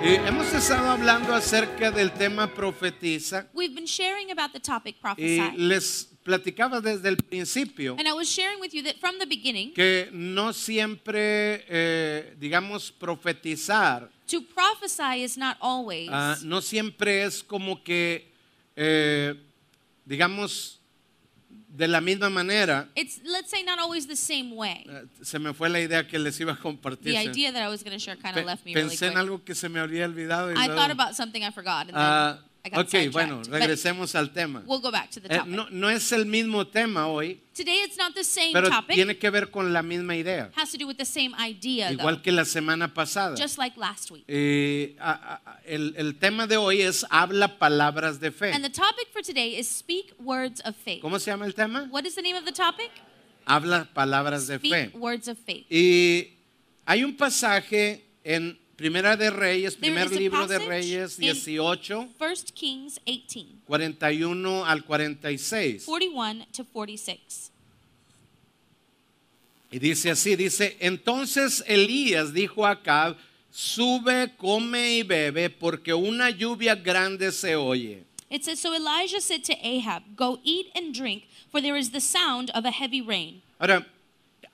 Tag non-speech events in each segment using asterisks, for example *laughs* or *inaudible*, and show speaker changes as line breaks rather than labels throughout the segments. Eh, hemos estado hablando acerca del tema profetiza
We've been sharing about the topic
y
prophesy.
les platicaba desde el principio
And I was sharing with you that from the beginning,
que no siempre, eh, digamos, profetizar,
to prophesy is not always,
ah, no siempre es como que, eh, digamos, de la misma manera.
it's, let's say, not always the same way.
Eh, Se me fue la idea que les iba a compartir.
The
se-
idea that I was going to share kind
pe-
of left me really
pensé
quick.
en algo que se me había olvidado. y
I
luego-
thought about something I forgot, and then
Ah,
I got
ok, bueno,
sidetracked. But
regresemos al tema.
we'll go back to the
Eh,
topic.
no, no es el mismo tema hoy,
Today it's not the same
pero
topic.
tiene que ver con la misma idea,
has to do with the same idea,
igual que la semana pasada.
though, just like last week.
Eh, a- a- a- el, el tema de hoy es habla palabras de fe.
And the topic for today is speak words of faith.
¿Cómo se llama el tema?
What is the name of the topic?
Habla palabras de fe.
Speak words of faith.
Y hay un pasaje en Primera de Reyes,
There
primer
is a
libro de
passage
Reyes
in-
18,
1 Kings 18,
41 al 46.
41 to 46.
Y dice así, dice, entonces Elías dijo a Acab, sube, come y bebe, porque una lluvia grande se oye.
It says, So Elijah said to Ahab, Go eat and drink, for there is the sound of a heavy rain.
Ahora,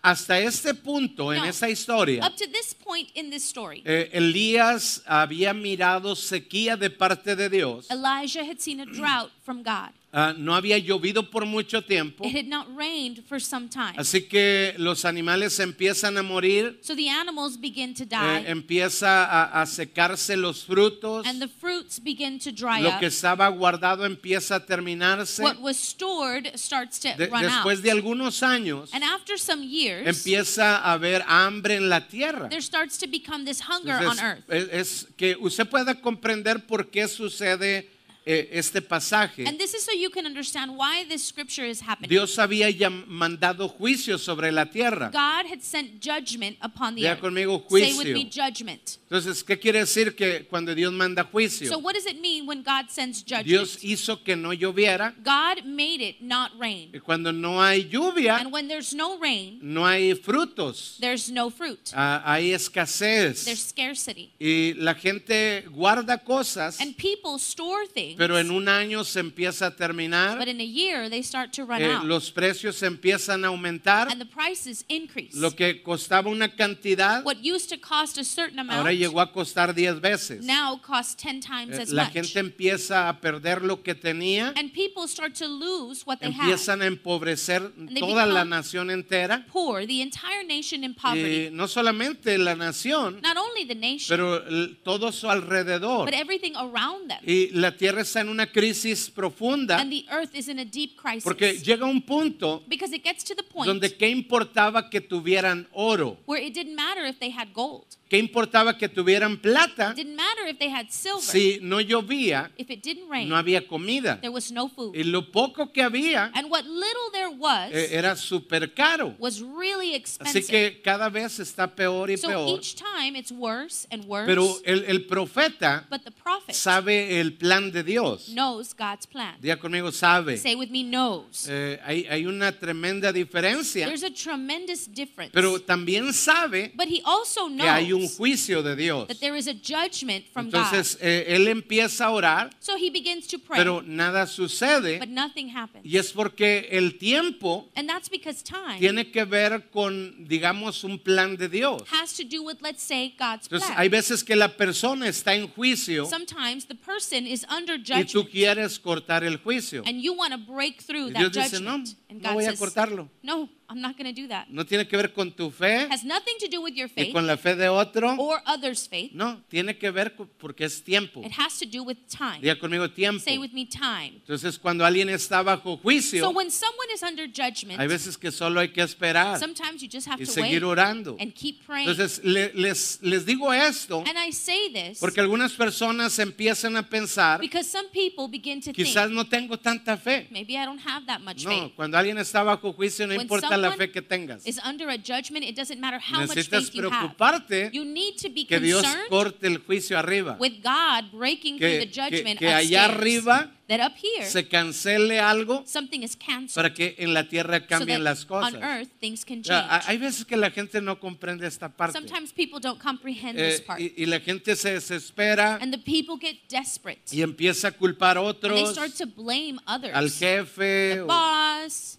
hasta este punto en
No.
esa historia,
Up to this point in this story,
eh, Elías había mirado sequía de parte de Dios.
Elijah had seen a drought from God.
Ah, no había llovido por mucho tiempo,
It had not rained for some time.
así que los animales empiezan a morir,
So the animals begin to
eh,
die,
empieza a, a secarse los frutos,
and the fruits begin to dry
lo
up.
que estaba guardado empieza a terminarse.
What was stored starts to
De-
run out.
después de algunos años
And after some years,
empieza a haber hambre en la tierra.
there starts to become this hunger on
Entonces,
earth.
es, es que usted pueda comprender por qué sucede eh, este pasaje.
And this is so you can understand why this scripture is happening.
Dios había ya mandado juicio sobre la tierra.
God had sent judgment upon the
Diga
earth.
conmigo,
Say with me,
juicio.
judgment.
Entonces, ¿qué quiere decir que cuando Dios manda
So
juicio?
what does it mean when God sends judgment?
Dios hizo que no lloviera.
God made it not
Y
rain.
Cuando no hay lluvia,
And when there's no rain,
no hay frutos.
there's no fruit.
Ah, hay
There's
escasez.
scarcity.
Y la gente guarda cosas.
And people store things,
pero en un año se empieza a
but
terminar,
in a year they start to run
eh,
out.
los precios empiezan a aumentar,
and the prices increase.
lo que costaba una cantidad
what used to cost a certain amount
ahora llegó a costar 10 veces.
now costs 10 times
Eh,
as
La
much.
gente empieza a perder lo que tenía,
and people start to lose what they have.
empiezan a empobrecer
they
toda la
become
nación entera,
Poor, the entire nation in
y
poverty.
no solamente la nación,
Not only the nation,
pero l- todo su alrededor.
but everything around them.
Y la tierra está en una crisis profunda
And the earth is in a deep crisis.
porque llega un punto
because it gets to the point
donde qué importaba que tuvieran oro.
where it didn't matter if they had gold.
¿Qué importaba que tuvieran plata
It didn't matter if they had silver.
si no llovía,
if it didn't rain,
no había comida?
there was no food.
Y lo poco que había
and what little there was
eh, era súper caro.
was really
Así
expensive.
que cada vez está peor y
so
peor.
each time it's worse and worse.
Pero el, el profeta
but the prophet
sabe el plan de Dios.
knows God's plan.
Diga conmigo, sabe.
Say with me, knows.
Eh, hay, hay una tremenda diferencia,
There's a tremendous difference.
pero también sabe
but he also
que hay un
knows
juicio de Dios.
that there is a judgment from
Entonces
God.
eh, él empieza a orar,
So he begins to pray,
pero nada
but
sucede.
nothing happens.
Y es porque el tiempo
And that's because time
tiene que ver con, digamos, un plan de Dios.
has to do with, let's say, God's
Entonces,
plan.
hay veces que la persona está en juicio
Sometimes the person is under
y tú
judgment
quieres cortar el juicio.
and you want to break through
Y
that
Dios dice, no,
judgment. and
no
God
voy a
says,
cortarlo.
No, I'm not going to do that.
No tiene que ver con tu fe
has nothing to do with your
y
faith
con la fe de otro.
or others' faith.
No, tiene que ver con- porque es tiempo.
It has to do with time.
Diga conmigo tiempo.
Say with me, time.
Entonces, cuando alguien está bajo juicio,
So when someone is under judgment,
hay veces que solo hay que esperar
sometimes you just have
y
to wait
seguir orando.
and keep praying.
Entonces, le- les, les digo esto
and I say this
porque algunas personas empiezan a pensar
because some people begin to
Quizás
think,
no tengo tanta fe.
maybe I don't have that much faith.
No, cuando alguien está bajo juicio no
When
importa la
one
fe que tengas.
is under a judgment, it doesn't matter how much
Necesitas
faith you have.
preocuparte
You need to be
que Dios
concerned
corte el juicio arriba.
with God breaking
Que-
through the
que-
judgment
que allá
upstairs,
arriba
that up here
Se cancele algo
something is canceled
para que en la tierra
so that
cambien las cosas.
on earth things can
O
change.
sea, ha- hay veces que la gente no comprende esta parte.
Sometimes people don't comprehend
Eh,
this part.
y, y la gente se desespera
and the people get desperate.
y empieza a culpar a
and they
otros,
start to blame others.
al jefe,
the
o
boss,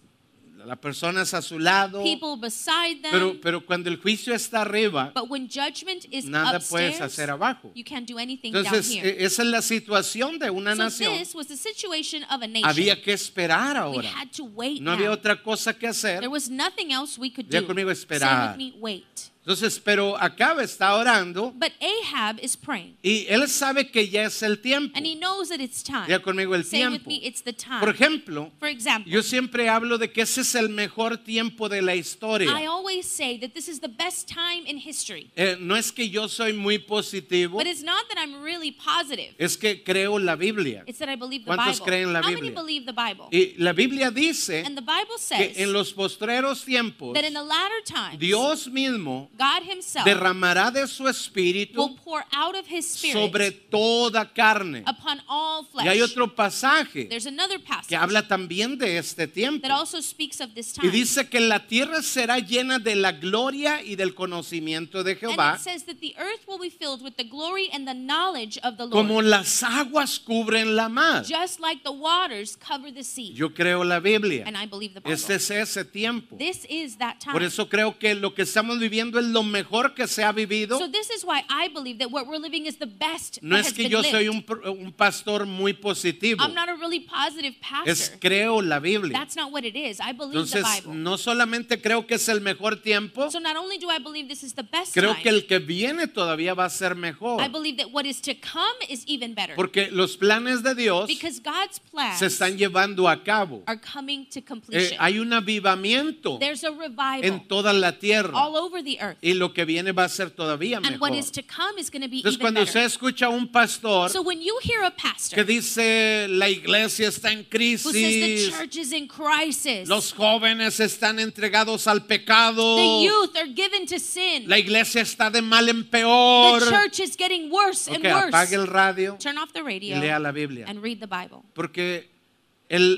las personas a su lado.
people beside them.
Pero, pero cuando el juicio está arriba,
but when judgment is
nada
upstairs,
puedes hacer abajo.
you can't do anything
Entonces,
down here.
e- esa es la situación de una
so
nación.
this was the situation of a nation.
Había que esperar
we
ahora.
had to wait
No
now.
había otra cosa que hacer.
There was nothing else we could
Ya
do.
conmigo,
Say
esperar.
with me, wait.
Entonces, pero acaba, está orando
But Ahab is praying.
y él sabe que ya es el tiempo.
And he knows that it's time.
Ya conmigo el
Say with
tiempo.
me, it's the time.
Por ejemplo,
For example,
yo siempre hablo de que ese es el mejor tiempo de la
I
historia.
always say that this is the best time in history.
Eh, no es que yo soy muy positivo,
But it's not that I'm really positive.
es que creo la Biblia.
It's that I believe the
Eh, ¿Cuántos
Bible.
creen la
How many
Biblia?
believe the Bible?
Y la Biblia dice
and the Bible
que
says
en los postreros tiempos
that in the latter times,
Dios mismo
God Himself
derramará de su
will
espíritu
pour out of His Spirit
sobre toda carne.
upon all flesh.
Y hay otro pasaje
There's another passage
que habla también de este tiempo.
that also speaks of this time.
Y dice que la tierra será llena de la gloria y del conocimiento de
and
Jehová,
it says that the earth will be filled with the glory and the knowledge of the Lord,
como las aguas cubren la mar.
just like the waters cover the sea.
Yo creo la Biblia.
and I believe the Bible.
Este es ese tiempo.
this is that time.
Por eso creo que lo que estamos viviendo es lo mejor que se ha vivido.
so this is why I believe that what we're living is the best
No
that
es
has
que
been
yo
lived.
soy un, pro- un pastor muy positivo.
I'm not a really positive pastor.
Es creo la Biblia.
That's not what it is. I believe the
Entonces,
Bible.
no solamente creo que es el mejor tiempo,
so not only do I believe this is the best
creo
time,
que el que viene todavía va a ser mejor.
I believe that what is to come is even *laughs* better.
Porque los planes de Dios
because God's plans
se están llevando a cabo.
are coming to completion.
Eh, hay un avivamiento
There's a revival
en toda la tierra
all over the earth.
y lo que viene va a ser todavía
And
mejor.
what is to come is going to be
Entonces
even
cuando
better.
usted escucha a un pastor
so when you hear a pastor
que dice la iglesia está en
who says the
crisis,
church is in crisis,
los jóvenes están entregados al pecado,
the youth are given to sin,
la iglesia está de mal en
the
peor,
church is getting worse
Ok,
and worse,
apague el radio
turn off the
y
radio
lea la Biblia,
and read the Bible.
porque el,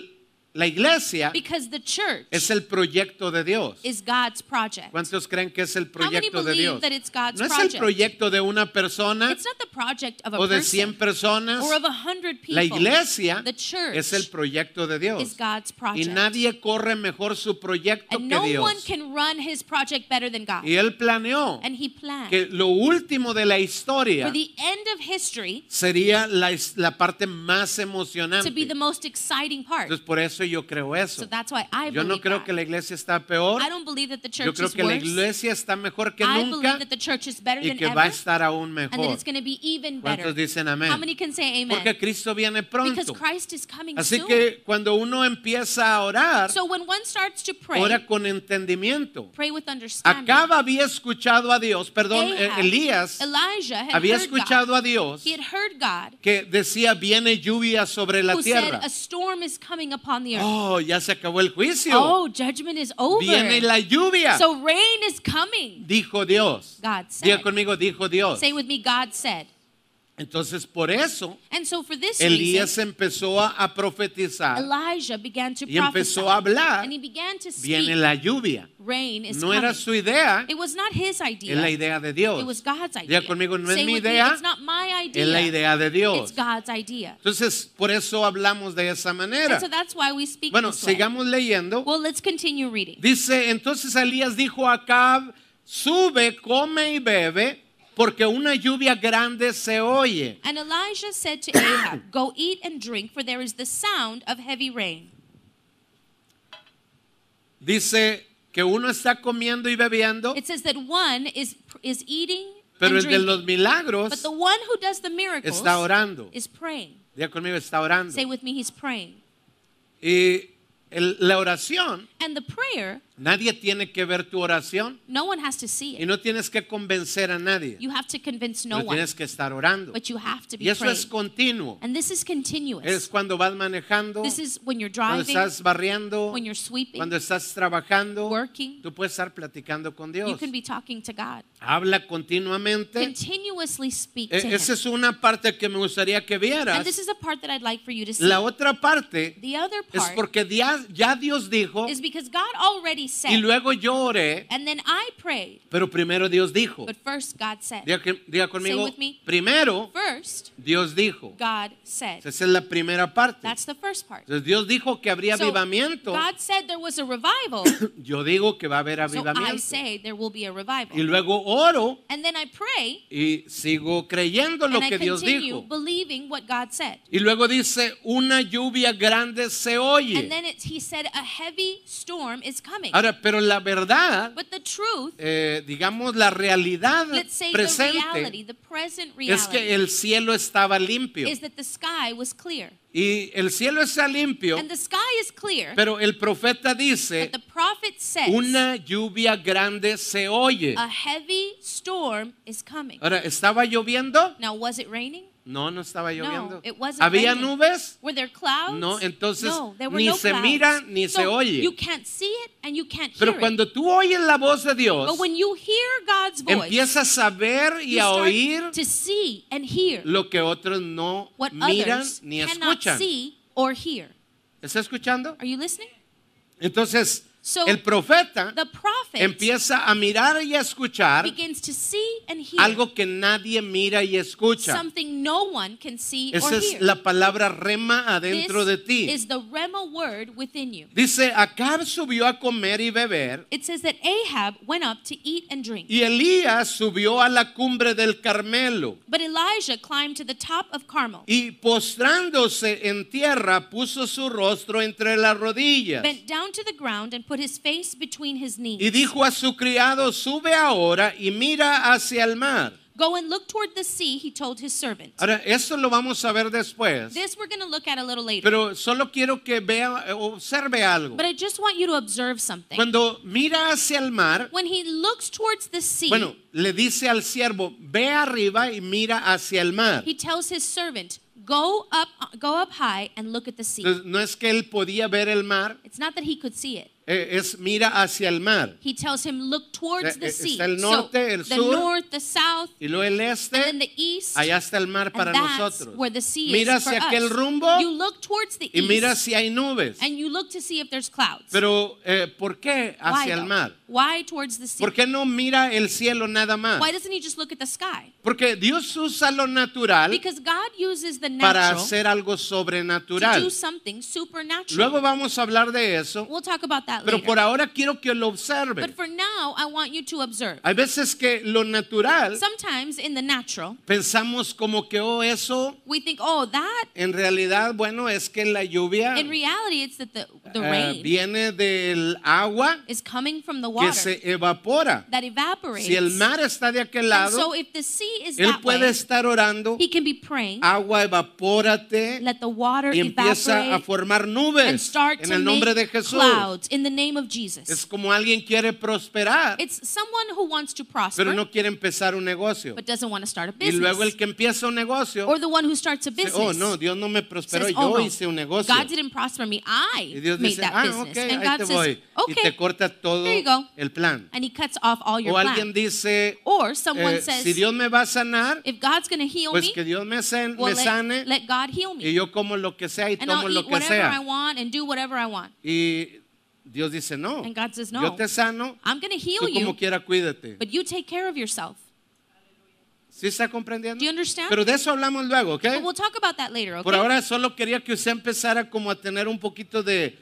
la iglesia
Because the church
es el proyecto de Dios.
is God's project.
¿Cuántos creen que es el
How many
proyecto de
believe
Dios?
that it's God's
No es el
project?
proyecto de una persona
It's not the project of a
o de 100
person
personas.
or of a hundred people.
La iglesia
the church
es el proyecto de
is
Dios.
God's
Y
project.
nadie corre mejor su proyecto
and
que
no one
Dios.
can run his project better than God.
Y él planeó
and he planned
que lo último de la historia
for the end of history
sería la, es- la parte más
to be the
emocionante.
most exciting part.
Entonces por eso yo creo
so
eso.
that's why I
Yo no
believe
creo
that.
que la iglesia está peor.
I don't believe that the
Yo
church
creo
is
que la
worse.
iglesia está mejor que
I
nunca
believe that the church is better
y
than
que
ever
va a estar aún
and that
mejor.
it's going to be even better.
¿Cuántos dicen amén?
How many can say amen?
Porque Cristo viene
because
pronto.
Christ is coming
Así
soon.
que cuando uno empieza a orar,
so when one starts to pray,
ora con entendimiento.
pray with understanding.
Acaba había escuchado a Dios, perdón, eh,
Ahab,
Elías
Elijah had
había
heard
escuchado
God.
a Dios
He had heard God
que decía viene lluvia sobre la
who
tierra.
said a storm is coming upon the earth.
Oh, ya se acabó el juicio.
Oh, judgment is over.
Viene la lluvia.
So rain is coming.
Dijo Dios.
God
Diga
said.
conmigo, dijo Dios.
Say with me, God said.
Entonces por eso
And so for this
Elías
reason,
empezó a, a profetizar.
Elijah began to
y empezó
prophesy.
a hablar.
and he began to speak.
Viene la lluvia.
rain is
No
coming.
era su idea,
it was not his idea.
es la idea de Dios.
It was God's idea.
Diga conmigo, no es
Say
mi
with me,
idea,
it's not my idea.
es la idea de
It's
Dios.
God's idea.
Entonces, por eso hablamos de esa manera.
And so that's why we speak
Bueno,
this way.
sigamos leyendo.
Well, let's continue reading.
Dice, entonces Elías dijo a Acab, sube, come y bebe, porque una lluvia grande se oye.
And Elijah said to
*coughs*
Ahab, Go eat and drink, for there is the sound of heavy rain.
Dice que uno está comiendo y bebiendo,
It says that one is is eating
pero
and
el de los
drinking,
milagros
but the one who does the miracles
está orando.
is praying.
Diga conmigo, está orando.
Say with me, he's praying.
Y El- la oración,
And the prayer,
nadie tiene que ver tu oración
no one has to see
y
it.
no tienes que convencer a nadie.
You have to convince no
No
one,
tienes que estar orando.
but you have to
Y
be
eso
praying.
es continuo.
And this is
Es
continuous.
cuando vas manejando,
This is when you're
cuando
driving,
estás barriendo,
when you're sweeping,
cuando estás trabajando.
working.
Tú puedes estar platicando con
You
Dios.
can be talking to God.
Habla continuamente.
Continuously speak to
E- Esa
Him.
Eh, es una parte que me gustaría que
And
vieras.
this is a part that I'd like for you to see.
La otra parte
The other
es
part
porque dia- ya Dios dijo
is because God already
y
said,
luego yo oré,
and then I prayed,
pero primero Dios dijo.
but first God said.
Diga, que- diga conmigo,
with me.
primero
First,
Dios dijo.
God said.
Esa es la primera parte.
That's the first part.
Entonces Dios dijo que habría
So,
avivamiento.
God said there was a revival,
*coughs* Yo digo que va a haber
so I
avivamiento.
say there will be a revival.
Y luego oro
And then I pray,
y sigo creyendo lo
and I
que Dios
continue
dijo.
believing what God said.
Y luego dice, una lluvia grande se
And
oye.
then it, he said, a heavy storm is coming.
Ahora, pero la verdad,
But the truth,
eh, digamos la realidad
let's say the
presente,
reality, the present
es
reality,
que el cielo estaba limpio.
is that the sky was clear.
Y el cielo está limpio,
And the sky is clear,
pero el profeta dice,
but the prophet says
una lluvia grande se oye.
a heavy storm is coming.
Ahora, ¿estaba lloviendo?
Now, was it raining?
No, no estaba lloviendo.
it wasn't
¿Había
raining.
nubes?
Were there clouds?
No, entonces,
no, there were
ni
no
se
clouds.
mira, ni se
so
oye.
You can't see it and you can't hear
Pero
it.
cuando tú oyes la voz de Dios,
But when you hear God's voice,
empiezas a ver y
you
a
start
oír
to see and hear
lo que otros no
what
miran
others
ni
cannot
escuchan.
see or hear.
¿Está escuchando?
Are you listening?
Entonces,
So,
el profeta
The prophet
empieza a mirar y a escuchar
begins to see and hear
algo que nadie mira y escucha.
something no one can see or
Esa es
hear.
la palabra rema adentro de
this
ti.
is the Rema word within you.
Dice, Acab subió a comer y beber
It says that Ahab went up to eat and drink,
y Elías subió a la cumbre del Carmelo
but Elijah climbed to the top of Carmel,
y postrándose en tierra puso su rostro entre las rodillas
bent down to the ground, and put his face between his knees.
y dijo a su criado, sube ahora y mira hacia el mar.
Go and look toward the sea, he told his servant.
Ahora, esto lo vamos a ver después,
This we're going to look at a little later.
pero solo quiero que vea, observe algo.
But I just want you to observe something.
Cuando mira hacia el mar,
When he looks towards the sea,
Bueno, le dice al siervo, ve arriba y mira hacia el mar.
he tells his servant, "Go up go up high and look at the sea."
Entonces, no es que él podía ver el mar,
It's not that he could see it.
eh, es mira hacia el mar.
He tells him, "Look
Eh,
towards
eh,
the sea."
está el
So,
norte, el
the
sur.
north, the south,
Y luego el
and then
este,
the east.
allá está el mar para
and that's
nosotros.
Where the sea
Mira
is for
hacia
us.
aquel rumbo
You look towards the
y mira
east
si hay nubes.
and you look to see if there's clouds.
Pero, eh, ¿por qué
Why,
hacia el
though?
mar?
Why towards the sea?
¿Por qué no mira el cielo nada más?
Why doesn't he just look at the sky?
Porque Dios usa lo natural
Because God uses the
para
natural
hacer algo
to
sobrenatural.
do something supernatural.
Luego vamos a hablar de eso,
we'll talk about that
pero
later.
por ahora quiero que lo observen.
But for now, I want you to observe.
Hay veces que lo natural
Sometimes in the natural,
pensamos como que, oh, eso
we think, oh, that.
en realidad, bueno, es que la lluvia
In reality, it's that the, the
eh,
rain
viene del agua
is coming from the
que
water
se evapora.
that evaporates.
Si el mar está de aquel
and
lado,
so if the sea is
él
that
puede
way,
estar orando,
he can be praying,
agua, evapórate,
let the water
y empieza a
evaporate
formar
and
nubes
start
en
to
el nombre de
make
Jesús.
clouds in the name of Jesus.
Es como alguien quiere prosperar,
it's someone who wants to prosper
pero no quiere empezar un negocio.
but doesn't want to start a
Y
business.
luego el que empieza un negocio,
or the one who starts a
dice,
business.
oh, no, Dios no me prosperó,
says,
yo
oh, no,
hice un negocio.
God didn't prosper me. I
Y Dios
made
dice,
that
ah,
business.
ok,
and
ahí
God
te
says,
voy. Y
okay.
te corta todo
there you go.
el plan.
And he cuts off all your
O alguien
plans.
dice,
Or someone
eh,
says,
si Dios me va a sanar,
if God's going to heal
pues
me,
que Dios me, sen-
well,
me sane
let, let God heal me.
y yo como lo que sea y
and
tomo
I'll
lo
eat
que
whatever I
sea.
want and do whatever I want.
Y Dios dice, no,
And God says,
yo
no.
te sano,
I'm going to heal
tú como
you,
quiera cuídate.
but you take care of yourself.
¿Sí está comprendiendo?
Do you understand?
Pero de eso hablamos luego, ¿ok?
But we'll talk about that later, okay?
¿Eh? Por ahora solo quería que usted empezara como a tener un poquito de,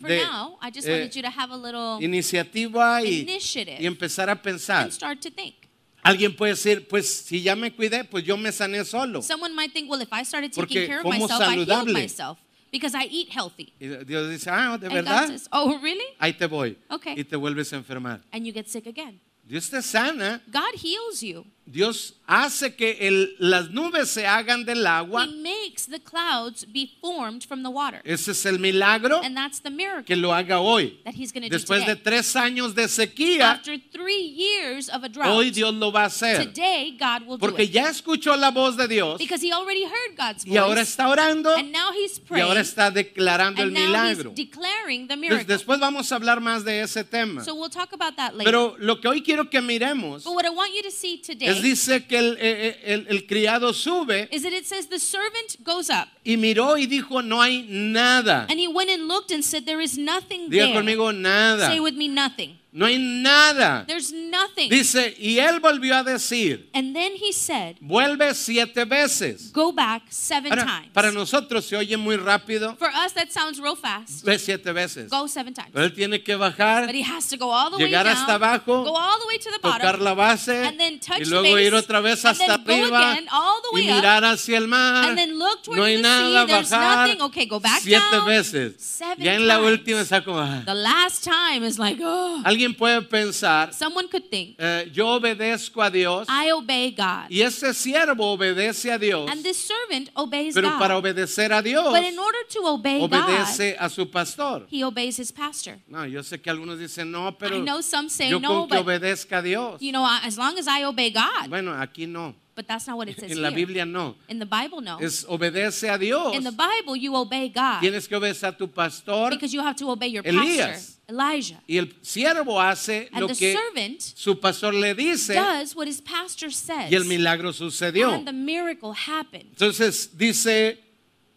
For
de,
now, I just
eh,
wanted you to have a little
iniciativa y,
initiative
y empezar a pensar.
and start to think.
Alguien puede decir, pues si ya me cuidé, pues yo me sané solo.
Someone might think, well, if I started
Porque
taking care of
como
myself, I healed
saludable.
myself because I eat healthy.
Y Dios dice, ah, de
And God
verdad,
says, oh, really?
ahí te voy.
Ok.
Y te vuelves a enfermar.
And you get sick again.
Dios te sana
God heals you.
Dios hace que el- las nubes se hagan del agua.
He makes the clouds be formed from the water.
Ese es el milagro
And that's the
que
miracle
lo haga hoy.
that he's going to do
Después de
today.
tres años de sequía,
After three years of a drought,
hoy Dios lo va a hacer.
today God will do
Porque
it.
ya escuchó la voz de Dios
Because he already heard God's
y ahora
voice.
está orando
And now he's
y ahora
praying.
está declarando el
And now he's
milagro.
declaring the
Entonces,
miracle.
después vamos a hablar más de ese tema.
So we'll talk about that later.
Pero lo que hoy quiero que miremos
But what I want you to see
es
today
dice que el, eh, eh, el- el criado sube
is that it says the servant goes up
y miró y dijo no hay nada.
and he went and looked and said, There is nothing
Diga
there.
conmigo nada.
Say with me, nothing.
No hay nada.
There's nothing.
Dice y él volvió a decir
And then he said,
vuelve siete veces.
Go back seven
Ahora,
times.
para nosotros se oye muy rápido.
For us, that sounds real fast.
Ve siete veces.
Go seven times.
Pero él tiene que bajar,
But he has to go all the way
llegar
down,
hasta abajo,
go all the way to the
tocar
bottom,
la base
and then touch
y luego
base,
ir otra vez
and
hasta
then go
arriba
again all the
y
way up,
mirar hacia el mar.
and then look towards
No hay
the sea,
nada,
there's
bajar
nothing. Okay, go back
siete
down
veces.
seven
Ya en la
times.
última está como, ah.
the last time is like, oh.
alguien puede pensar,
Someone could think,
eh, yo obedezco a Dios
I obey God.
y ese siervo obedece a Dios,
And this servant obeys
pero para
God.
obedecer a Dios
But in order to obey God,
obedece a su pastor.
he obeys his pastor.
No, yo sé que algunos dicen no, pero
I know some say
yo
no,
con que
but
obedezca a Dios.
you know, I- as long as I obey God,
Bueno, aquí no.
but that's not what it says
En la
here.
Biblia no.
In the Bible, no.
Es obedece a Dios.
In the Bible, you obey God
Tienes que obedecer a tu pastor
because you have to obey your pastor,
Elías.
Elijah.
y el siervo hace
And
lo
the
que
servant
su pastor le dice
does what his pastor says.
y el milagro sucedió.
And the miracle happened.
Entonces dice,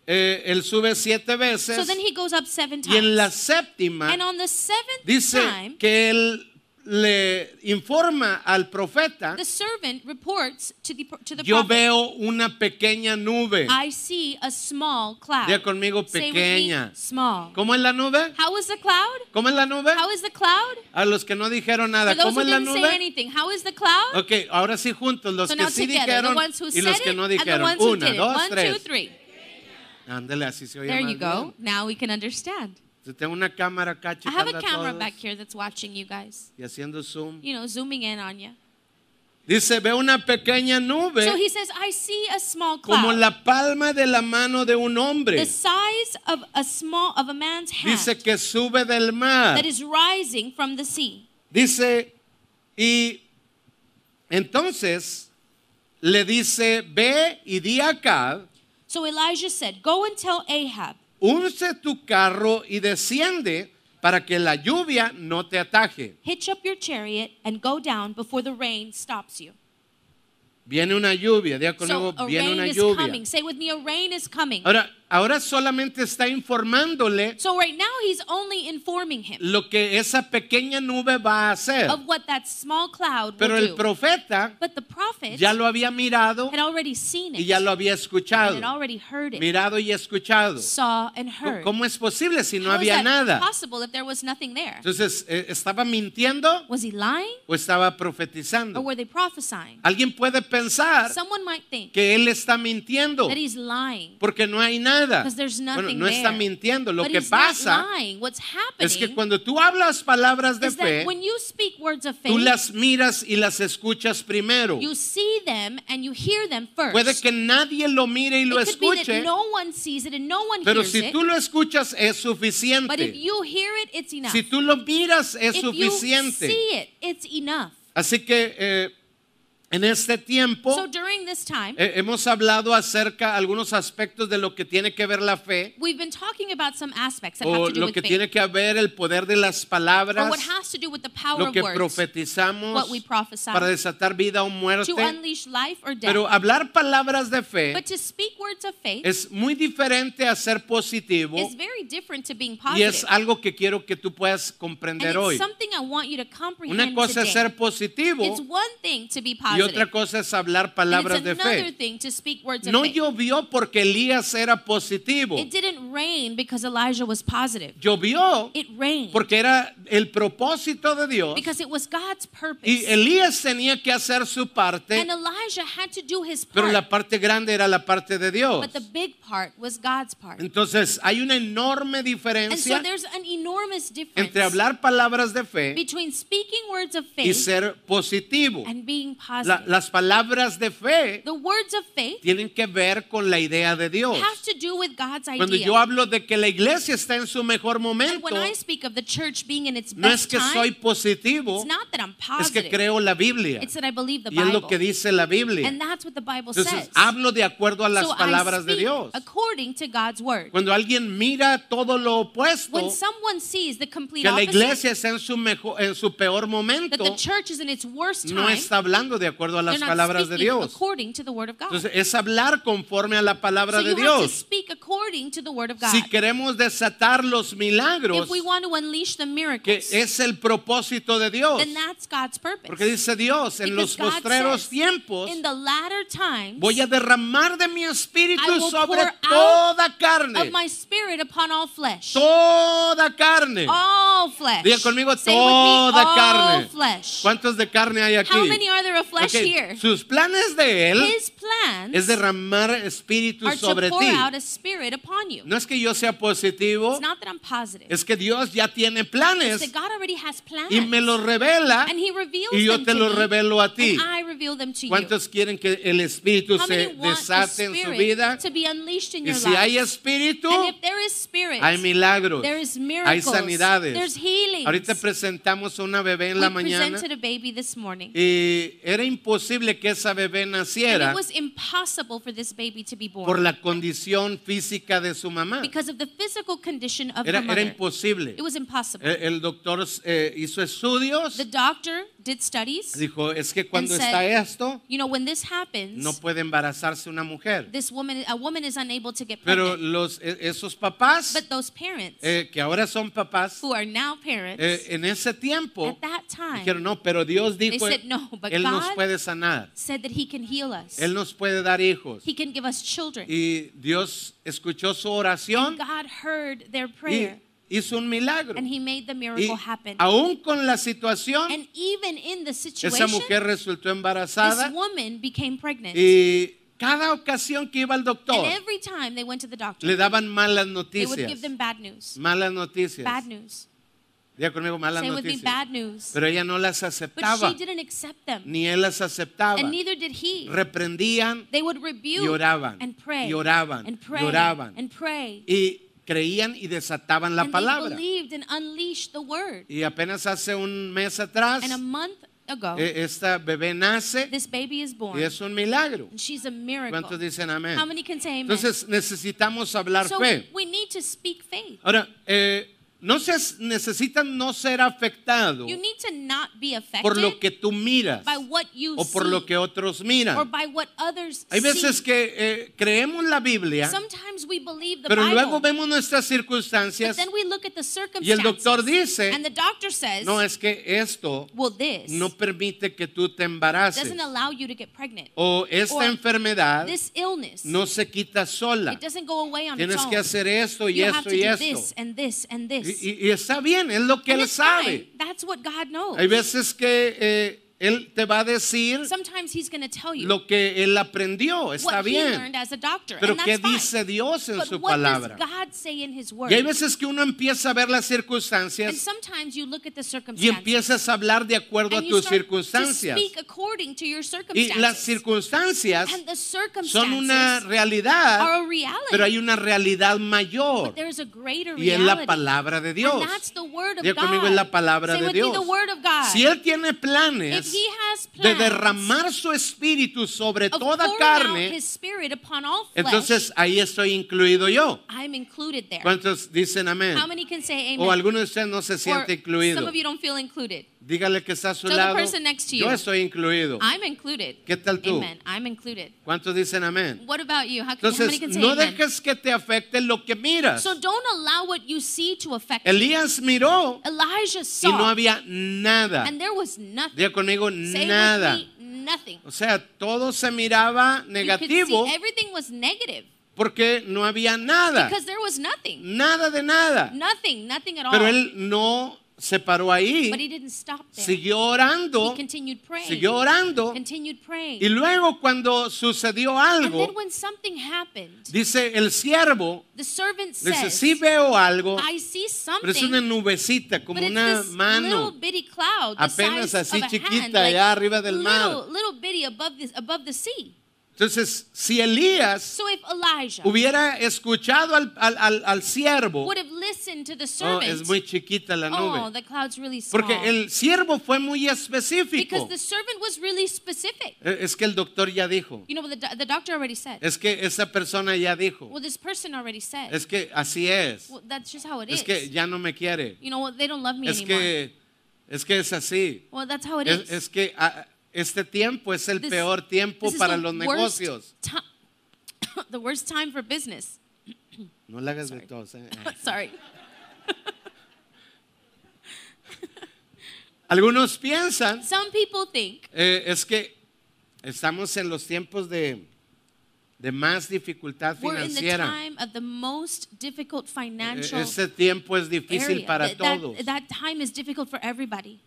eh, él sube siete veces
So then he goes up seven
y en la
times.
séptima
And on the seventh
dice
time,
que él le informa al profeta,
the servant reports to the, to the
yo
prophet,
veo una pequeña nube.
I see a small cloud.
Diga conmigo,
Say with me,
pequeña.
small.
¿Cómo es la nube?
How is the cloud?
¿Cómo es la nube?
How is the cloud?
A los que no dijeron
For
nada,
those
¿cómo es
who
la
didn't say
nube?
anything, how is the cloud?
Ok, ahora sí juntos, los
so
que
now
sí
together, the
dijeron
ones who
y los
said
que
it
no
and the
dijeron.
ones who
Una,
did it.
dos,
One, two,
tres.
three.
Ándale, así se oye
There you
más
go.
bien.
Now we can understand.
Yo Tengo una cámara acá
I have a
checando a
camera
todos
back here that's watching you guys.
y haciendo zoom.
You know, zooming in on you.
Dice, ve una pequeña nube
So he says, I see a small
como
cloud.
la palma de la mano de un hombre.
the size of a small of a man's hand
Dice que sube del mar.
that is rising from the sea.
Dice, y entonces le dice, ve y di a Acab,
So Elijah said, Go and tell Ahab,
unce tu carro y desciende para que la lluvia no te ataje.
hitch up your chariot and go down before the rain stops you.
Viene una lluvia, diga
So
conmigo,
a
viene
rain
una
is
lluvia.
coming. Say with me, a rain is coming.
Ahora, ahora solamente está informándole
So right now he's only informing him
lo que esa pequeña nube va a hacer.
of what that small cloud
Pero
will
el
do.
profeta
But the prophet
ya lo había mirado
had already seen
y
it
ya lo había
and had
escuchado.
already heard it,
Mirado y escuchado.
saw and heard.
¿Cómo es posible si no
How is
había
that
nada?
possible if there was nothing there?
Entonces, eh, ¿estaba mintiendo
Was he lying
o estaba
or
profetizando?
were they prophesying?
Alguien puede pensar
Someone might think
que él está mintiendo
that he's lying
porque no hay nada.
'Cause there's
Bueno,
nothing
no está
there.
mintiendo. Lo
but
que
he's not
pasa
lying. What's
es que
happening
cuando tú hablas palabras de
is that
fe,
when you speak words of
tú
faith,
las miras y las escuchas primero.
you see them and you hear them first.
Puede que nadie lo mire y lo
it could be that
escuche,
no one sees it and no one
pero
hears
si
it.
tú lo escuchas es
But if
suficiente.
you hear it, it's enough.
Si tú lo miras es
if you
suficiente.
see it, it's enough.
Así que eh, en este tiempo
So during this time,
eh, hemos hablado acerca algunos aspectos de lo que tiene que ver la fe
we've been talking about some aspects that have
o
to do
lo
with
que
faith,
tiene que ver el poder de las
or
palabras,
what has to do with the power
lo que
of words,
profetizamos
what we prophesy,
para desatar vida o muerte.
to unleash life or death.
Pero hablar palabras de fe
but to speak words of faith
es muy diferente a ser positivo
is very different to being
Y
positive.
es algo que quiero que tú puedas
and
comprender
it's
hoy.
something I want you to comprehend
Una cosa es
today.
ser positivo
it's one thing to be
y
positive,
otra cosa es hablar
and it's
palabras de
another
fe.
thing to speak words of
No
faith.
llovió porque Elías era positivo.
It didn't rain because Elijah was positive.
Llovió
It rained
porque era el propósito de Dios.
because it was God's purpose.
Y Elías tenía que hacer su parte,
and Elijah had to do his
pero
part.
la parte grande era la parte de Dios.
but the big part was God's part.
Entonces hay una enorme
and so
diferencia
there's an enormous difference
entre hablar palabras de fe
between speaking words of
y
faith
ser positivo.
and being positive.
La- las palabras de fe
The words of faith
tienen que ver con la idea de Dios.
have to do with God's
Cuando
idea.
yo hablo de que la iglesia está en su mejor
and
momento,
when I speak of the church being in its
no es
best
que
time,
soy positivo,
it's not that I'm
es
positive.
que creo la Biblia.
it's that I believe the
Y es
Bible.
lo que dice la Biblia.
and that's what the Bible
Entonces
says.
hablo de acuerdo a las
so I
palabras de
speak
Dios.
according to God's word.
Cuando alguien mira todo lo opuesto,
when someone sees the complete
que la
opposite,
iglesia está en su, mejo- en su peor
that
momento,
the church is in its worst time,
no está hablando de acuerdo a
they're
las
not
palabras de
speaking
Dios.
according to the word of God.
Entonces es hablar conforme a la palabra
so
de
you have to
Dios.
speak according to the word of God.
Si queremos desatar los milagros,
if we want to unleash the
que
miracles,
es el propósito de Dios.
then that's God's purpose.
Porque dice Dios, en los
Because God
postreros
says,
tiempos
in the latter times,
voy a derramar de mi espíritu
I will
sobre
pour
toda carne.
of my spirit upon all flesh.
Toda carne.
all flesh.
Diga conmigo,
Say with me,
toda
all
carne.
flesh.
¿Cuántos de carne hay aquí?
How many are there of flesh
Ok,
here?
Sus planes de Él
His plans
es derramar espíritu
are
sobre
to pour
ti.
out a spirit upon you.
No es que yo sea positivo,
It's not that I'm positive.
es que Dios ya tiene
it's
planes
that God already has plans.
y me los revela
and he reveals
y yo
them
te
to
los
me,
revelo a ti.
And I reveal them to
¿Cuántos quieren que el espíritu
you. How
se
many want the
desate en su
spirit
vida?
to be unleashed in
Y
your
si
life?
hay espíritu,
and if there is spirit,
hay milagros,
there is
hay
miracles,
sanidades.
there's healings.
Ahorita presentamos a una bebé en la
we
mañana
presented a baby this morning.
y era imposible que esa bebé
and
naciera
it was impossible for this baby to be born
por la condición física de su mamá.
because of the physical condition of
Era, era
her mother.
imposible.
It was impossible.
El, el doctor eh, hizo estudios,
the doctor did studies.
dijo, es que cuando
said,
está esto,
you know, when this happens,
no puede embarazarse una mujer.
this woman, a woman is unable to get
Pero
pregnant.
los, e- esos papás,
but those parents
eh, que ahora son papás,
who are now parents,
eh, en ese tiempo,
at that time,
dijeron, no, pero Dios dijo,
said, "No, but
Él nos
God
puede sanar,
said that he can heal us.
Él nos puede dar hijos.
he can give us children.
Y Dios escuchó su
and
oración
God heard their
y
prayer.
hizo un milagro.
and he made the
Y
miracle happen.
aún con la situación,
and even in the
esa
situation,
mujer resultó
this
embarazada
woman became pregnant.
y cada ocasión que iba al doctor
and every time they went to the doctor,
le daban malas
they would give
noticias.
them bad news.
Malas noticias.
Bad news.
Diga conmigo, malas
Say with me,
noticias.
bad news.
Pero ella no las
But she
aceptaba,
didn't accept them.
ni él las aceptaba.
And neither did he.
Reprendían
They would rebuke
y oraban,
and pray
y oraban,
and
y
pray
oraban.
and pray.
y creían y desataban la
and they
palabra.
believed and unleashed the word.
Y apenas hace un mes atrás,
And a month ago,
e- esta bebé nace
Oh. this baby is born.
y es un milagro.
and she's a miracle.
¿Cuántos dicen amén?
How many can say amen?
Entonces necesitamos hablar
so
fe.
we need to speak faith.
Ahora, eh, no seas, necesitan no ser afectado
You need to not be affected
Oh. por lo que tú miras
by what you
o por
see
lo que otros
or
miran.
by what others
Hay veces
see.
que eh, creemos la Biblia,
Sometimes we believe the
pero
Bible,
luego vemos nuestras
but
circunstancias.
then we look at the circumstances.
Y el doctor dice,
and the doctor says,
No, es que esto
well, this
no permite que tú te embaraces.
doesn't allow you to get pregnant.
O esta
or
enfermedad
this illness,
Oh, no se quita sola.
it doesn't go away on its
Tienes
own.
que hacer esto y
you have
esto
to
y
do
esto.
this and this and this.
Y, y- y está bien, es lo que
And
él
it's fine.
sabe.
That's what God knows.
Hay veces que eh, él te va a decir
Sometimes he's going to tell you
lo que él aprendió, está
what he
bien.
learned as a doctor,
Pero
and that's
¿qué
fine.
dice Dios en
but
su
what
palabra?
does God say in His Word?
Y hay veces que uno empieza a ver las
and
circunstancias
sometimes you look at the
y
circumstances.
empiezas a hablar de acuerdo a
and you
tus
start to
circunstancias.
speak according to your
Y
circumstances.
las circunstancias
and the circumstances
son una
are
realidad,
a reality.
pero hay una realidad mayor
but there's a greater
y es
reality.
la palabra de Dios.
And that's the Word of
Diga
God.
conmigo, es la palabra
Say
de
with
Dios.
me, the Word of God.
Si Él tiene
if
planes
He has
de
plans
derramar su espíritu sobre
of
toda
pouring out
carne,
His Spirit upon all flesh,
entonces ahí estoy incluido yo.
I'm included there.
¿Cuántos dicen amén?
How many can say Amen?
O alguno de ustedes no se
or
siente
some
incluido.
of you don't feel included.
Dígale que está a su
Tell the
lado.
person next to you,
Yo estoy incluido.
I'm included.
¿Qué tal tú?
Amen. I'm included.
¿Cuántos dicen amén?
What about you? How, how many
Entonces,
can say
no
amen?
dejes que te afecte lo que miras.
So don't allow what you see to affect you.
Elías miró
Elijah
y
saw,
no había nada.
and there was nothing.
Diga conmigo,
Say
nada.
with me, nothing.
O sea, todo se miraba
You could
negativo
see everything was negative
porque no había nada.
because there was nothing.
Nada de nada.
Nothing, nothing at all.
Pero él no se paró
But he
ahí,
didn't stop there.
siguió
he
orando,
continued praying.
siguió orando.
Continued praying.
Y luego cuando sucedió
and
algo,
then when something happened,
dice el siervo,
the servant
dice,
says,
sí veo algo,
I see something,
pero es una nubecita,
but
como
it's
una
this little
mano.
bitty cloud the
apenas
size
así
of a hand,
chiquita
like
allá arriba del mar."
little, little bitty above the, above the sea.
Entonces, si Elías
So if Elijah
hubiera escuchado al, al, al- al siervo,
would have listened to the
"Oh,
servant,
es muy chiquita la
oh,
nube.
the cloud's really small.
Porque el siervo fue muy
because
específico.
the servant was really specific.
Eh, Es que el doctor ya dijo,
You know what the, do- the doctor already said?
es que esa persona ya dijo,
well, this person already said.
es que así es,
well, that's just how it is.
es que ya no me quiere,
you know what? They don't love me
es
anymore.
que es, que es así.
well, that's how it is.
Es, es que ah, este tiempo es el
This-
peor tiempo
this is
para
the
los
worst
negocios.
ti- *coughs* the worst time for business. *coughs*
No le hagas de todos. eh.
Sorry.
*laughs* Algunos piensan,
Some people think
eh, es que estamos en los tiempos de, de más dificultad
we're in the
financiera.
time of the most difficult
Eh,
financial
Este tiempo es difícil
area.
para
that, that-
todos.
that time is difficult for everybody.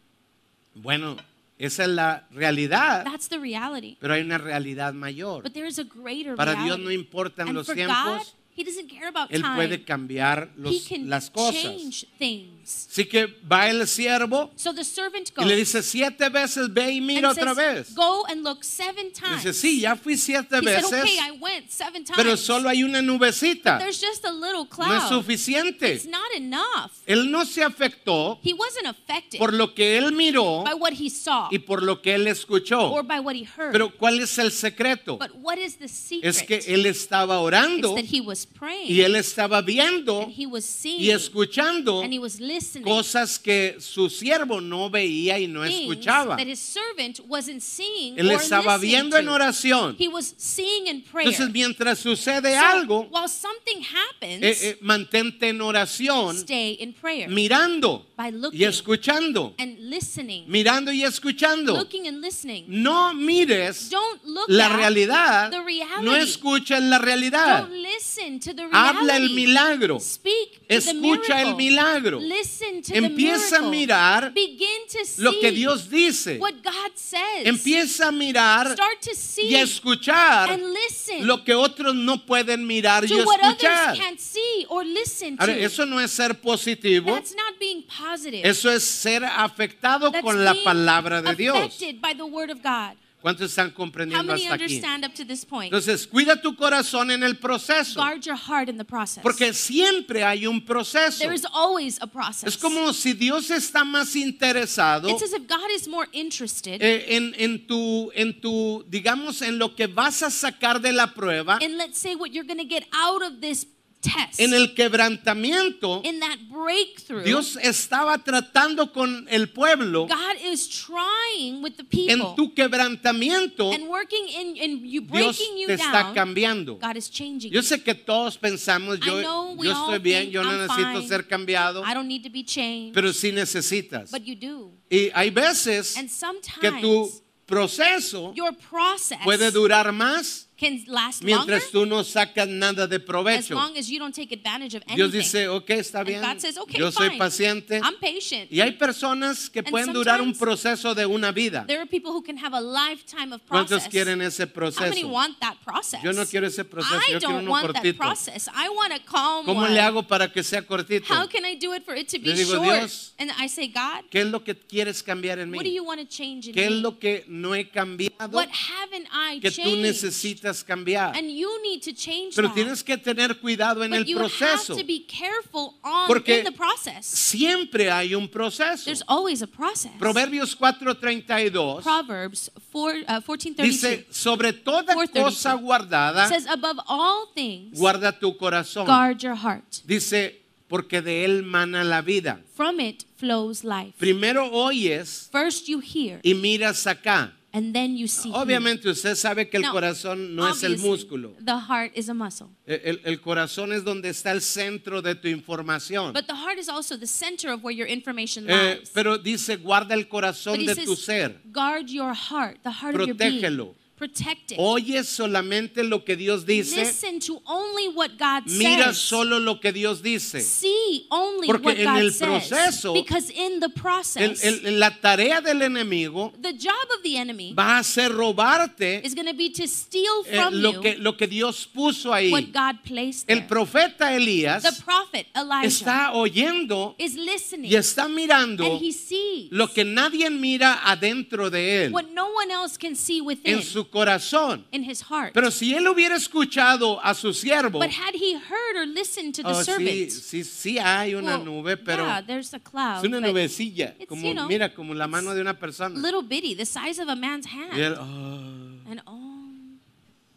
Bueno, esa es la realidad,
That's the reality.
pero hay una realidad mayor.
But there is a greater
Para
reality.
Dios no importan
and
los
for God,
tiempos,
He doesn't care about
Él
time.
puede cambiar
he
los-
can
las cosas.
change things.
Así que va el siervo
So the servant
y
goes
le dice siete veces, ve y
and
mira otra
says,
vez.
Go and look seven times.
Dice, sí, ya fui siete
he said,
veces,
okay, I went seven times.
pero solo hay una nubecita.
There's just a little cloud.
No es suficiente.
It's not enough.
Él no se afectó
He wasn't affected
por lo que él miró
by what he saw
y por lo que él
or
escuchó.
by what he heard.
Pero ¿cuál es el secreto?
but what is the secret?
Es que él estaba
It's
orando
that he was praying
y él estaba viendo
and he was seeing
y escuchando
and he was listening
cosas que su siervo no veía y no
things
escuchaba.
that his servant wasn't seeing
Él
or
estaba
listening
viendo en
to.
oración.
He was seeing in prayer.
Entonces, mientras sucede
So,
algo,
while something happens,
eh, eh, mantente en oración,
stay in prayer
mirando
by looking
y escuchando,
and listening.
mirando y escuchando.
Looking and listening.
No mires
Don't look
la
at
realidad,
the reality.
no escuches la realidad.
Don't listen to the reality.
Habla el milagro.
Speak to the
Escucha el milagro.
Listen to
Empieza a
the miracle.
mirar
Begin to see
Lo que Dios dice,
what God says.
empieza a mirar
Start to see
y a escuchar
and listen
lo que otros no pueden mirar y
to what
escuchar.
others can't see or listen
Ahora,
to.
eso no es ser positivo,
That's not being positive.
eso es ser afectado
That's
con la
being
palabra de Dios.
affected by the word of God.
¿Cuántos están
How
comprendiendo
many
hasta aquí?
understand up to this point?
Entonces, cuida tu corazón en el proceso,
Guard your heart in the process.
porque siempre hay un proceso.
there is always a process.
Es como si Dios está más interesado
it's as if God is more interested
eh, en, en tu, en tu, digamos, en lo que vas a sacar de la prueba,
in, let's say, what you're going to get out of this test.
en el quebrantamiento.
in that breakthrough,
Dios estaba tratando con el pueblo
God is trying with the
en
people
tu quebrantamiento.
and working in, in you,
Dios
breaking you
te está
down.
cambiando.
God is changing
Yo
you.
sé que todos pensamos, yo,
I know we
yo
all
estoy bien,
think
yo no
I'm
necesito
fine.
ser cambiado,
I don't need to be changed,
pero sí necesitas.
but you do.
Y hay veces
And
que
sometimes
tu proceso
your process
puede durar más
can last longer
mientras tú no sacas nada de
as
provecho.
long as you don't take advantage of anything.
Dios dice, ok, está
And
bien,
God says, okay,
yo soy
fine.
paciente.
I'm patient.
Y hay personas que
And
pueden durar un
sometimes
proceso de una vida.
There are people who can have a lifetime of
¿Cuántos
process.
quieren ese
How many
proceso?
want that process?
Yo no quiero ese proceso,
I
yo quiero
don't
uno
want that
cortito.
process. I want a calm
¿Cómo
one.
le hago para que sea cortito?
How can I do it for it to be
Le digo,
short?
"Dios,
and I say, God,
¿Qué es lo que quieres cambiar en
what do
mí?
you want to change in
¿Qué es
me?
lo que no he cambiado
what haven't I
que tú
changed?
necesitas cambiar?
And you need to change
Pero
that.
tienes que tener cuidado en
but
el
you
proceso.
have to be careful on
Porque
in the process.
Siempre hay un proceso.
There's always a process.
Proverbios 4:32
Proverbs 4, uh, 1432
dice, sobre toda
4:32.
cosa guardada,
says, above all things,
guarda tu corazón.
guard your heart.
Dice, porque de él mana la vida.
From it flows life.
Primero oyes
First you hear,
y miras acá.
and then you see.
Obviamente usted sabe que el
Now,
corazón no es el
obviously,
músculo.
The heart is a muscle.
Eh, El, el corazón es donde está el centro de tu información.
But the heart is also the center of where your information
Eh,
lies.
pero dice, guarda el
But
corazón
he
de
says,
tu ser.
guard your heart, the heart of your being.
Protégelo.
Protect it.
Oye solamente lo que Dios dice.
Listen to only what God
Mira
says.
solo lo que Dios dice.
See only
Porque
what
en
God
el
says.
proceso,
because in the process,
El- el- la tarea del enemigo
the job of the enemy
va a ser robarte
is going to be to steal
eh,
from
lo
you
que, lo que Dios puso ahí.
what God placed
El
there.
profeta Elías
The prophet Elijah
está oyendo
is listening
y está mirando
and he sees
lo que nadie mira adentro de él,
what no one else can see within
en su corazón.
in his heart.
Pero si él hubiera escuchado a su siervo,
but had he heard or listened to the
oh, sí,
servant,
sí, sí hay una
well,
nube, pero
yeah, there's a
es
cloud,
una
but
nubecilla,
it's,
como
you know,
mira, como la mano de una persona.
little bitty, the size of a man's hand.
Y él, "Ah,
And oh,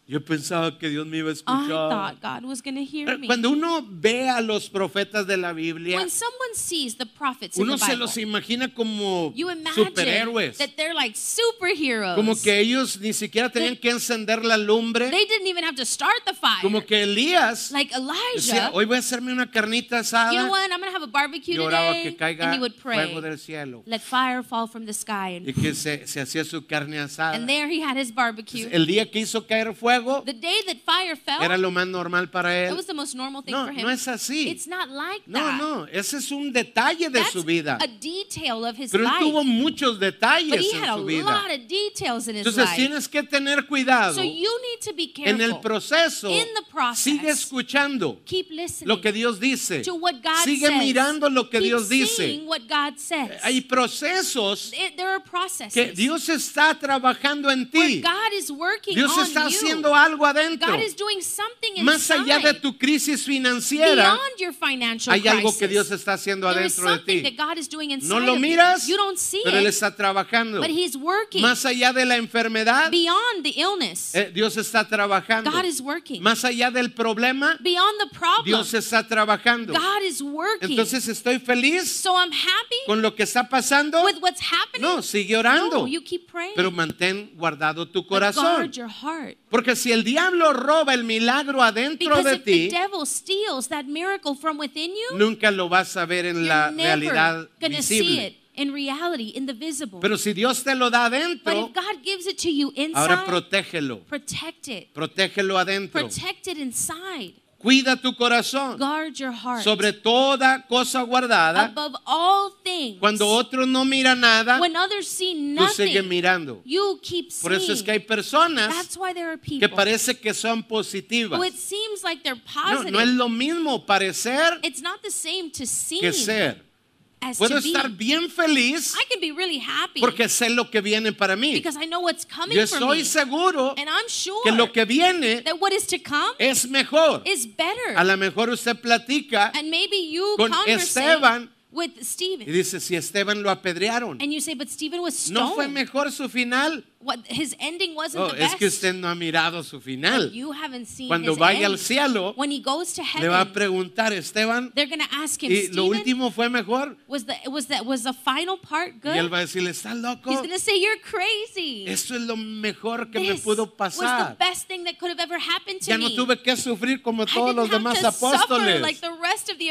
yo pensaba que Dios me iba a
I
escuchar.
thought God was going to hear
Pero
me.
Cuando uno ve a los profetas de la Biblia,
when someone sees the prophets in
uno
the
se
Bible,
los imagina como
you imagine
superhéroes.
that they're like superheroes.
Como que ellos ni siquiera tenían que encender la lumbre.
they didn't even have to start the fire.
Como que Elías
like Elijah,
decía, hoy voy a hacerme una carnita
you know
asada.
what? I'm going to have a barbecue
Y oraba
today.
que
and
caiga
he would
fuego
pray,
del cielo.
let fire fall from the sky.
Y
And,
que se, se hacía su carne asada.
and there he had his barbecue.
El día que hizo caer fuego
the day that fire fell,
era lo más normal para
it
él.
was the most normal thing
No,
for him.
no es así.
It's not like
No,
that.
no, ese es un detalle de
That's
su vida.
a detail of his
Pero él
life.
tuvo muchos
but
detalles
he had
en
a
su vida.
lot of details in his
Entonces
life.
tienes que tener cuidado.
so you need to be
En
careful.
el proceso,
In the process,
sigue escuchando
Keep listening
lo que Dios dice.
to what God
Sigue
says.
mirando lo que
Keep
Dios
seeing
dice. Eh,
what God says.
Hay procesos
It- there are processes
que Dios está trabajando en
where
ti.
God is working
Dios
on
está
you.
haciendo algo adentro.
God is doing something
Más
inside.
allá de tu crisis financiera,
Beyond your financial
hay algo que
crisis.
Dios está haciendo
There is
adentro de
something
ti.
that God is doing
No
inside
lo
of you.
miras,
You don't see
pero Él
it,
está trabajando.
but He's working.
Más allá de la enfermedad,
Beyond the illness,
eh, Dios está trabajando.
God is working.
Más allá del problema,
Beyond the problem,
Dios está trabajando.
God is working.
Entonces estoy feliz
so I'm happy
con lo que está pasando.
with what's happening.
No, sigue
no,
orando.
you keep praying.
Pero mantén guardado tu
But
corazón.
guard your heart.
Porque si el diablo roba el milagro adentro
Because
de
if the
ti,
devil steals that miracle from within you,
nunca lo vas a ver en la
you're never
realidad
going to see
visible.
it in reality, in the visible.
Pero si Dios te lo da
but
adentro,
if God gives it to you
ahora
inside,
protégelo.
protect it.
Protégelo adentro.
Protect it inside.
Cuida tu corazón.
Guard your heart.
Sobre toda cosa guardada,
Above all things.
cuando otro no mira nada,
when others see
tú sigues
nothing,
mirando.
you keep seeing.
Por eso es que hay personas
That's why there are
que
people
parece que son
who it
positivas.
seems like they're
No,
positive.
no es lo mismo parecer
it's not the same to seem
que ser.
as
Puedo
to be.
estar bien feliz
I can be really happy
porque sé lo que viene para mí.
because I know what's coming
Yo
for
estoy
me.
seguro
and I'm sure
que lo que viene
that what is to come
es mejor.
is better.
A lo mejor usted platica
and maybe you
con
converse
Esteban
with Stephen.
y dice, si Esteban lo apedrearon,
and you say, but Stephen was stoned.
¿no fue mejor su final?
what, his ending wasn't
Oh,
the
es
best.
que usted no ha mirado su
But
final.
you haven't seen
Cuando
his
vaya
end.
al cielo,
when he goes to
le va a
heaven,
preguntar, Esteban,
they're going to ask him,
¿y lo
Stephen,
último fue mejor?
was the was that was the final part
Y él
good?
va a decirle, ¿está
He's
loco?
going to say you're crazy.
Esto es lo mejor que me
This
pudo
was the
pasar.
best thing that could have ever happened to
Ya no
me.
tuve que sufrir como
I
todos
didn't
los
have
demás
to suffer
apóstoles.
like the rest of the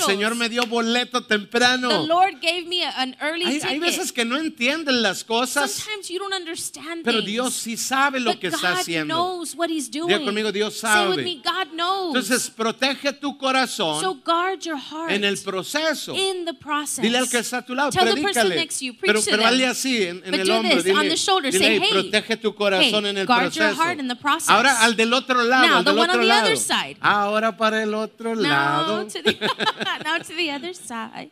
El Señor me dio boleto
the
temprano.
Lord gave me a- an early
Hay,
ticket.
hay veces que no entienden las cosas,
Sometimes you don't understand
pero
things.
Dios sí sabe lo
but
que
God
está haciendo.
knows what he's doing.
Diga conmigo, Dios
Say
sabe.
with me, God knows.
Entonces, protege tu
so
corazón
guard your heart
en el proceso.
in the process.
Dile al que está a tu lado,
Tell the person
predícale.
next to you, preach
Pero,
to
pero
them.
hazle así, en, en
But
el
do
hombro.
this, on
Dile,
the shoulder,
dile,
say,
"Hey,
"Hey,
protege tu corazón
hey,
en el
guard your
proceso.
heart in the process.
Ahora al del otro lado,
Now,
al
the
del
one on
otro
the
lado.
other side.
Ahora para el otro
now
lado.
to the *laughs* now to the other side.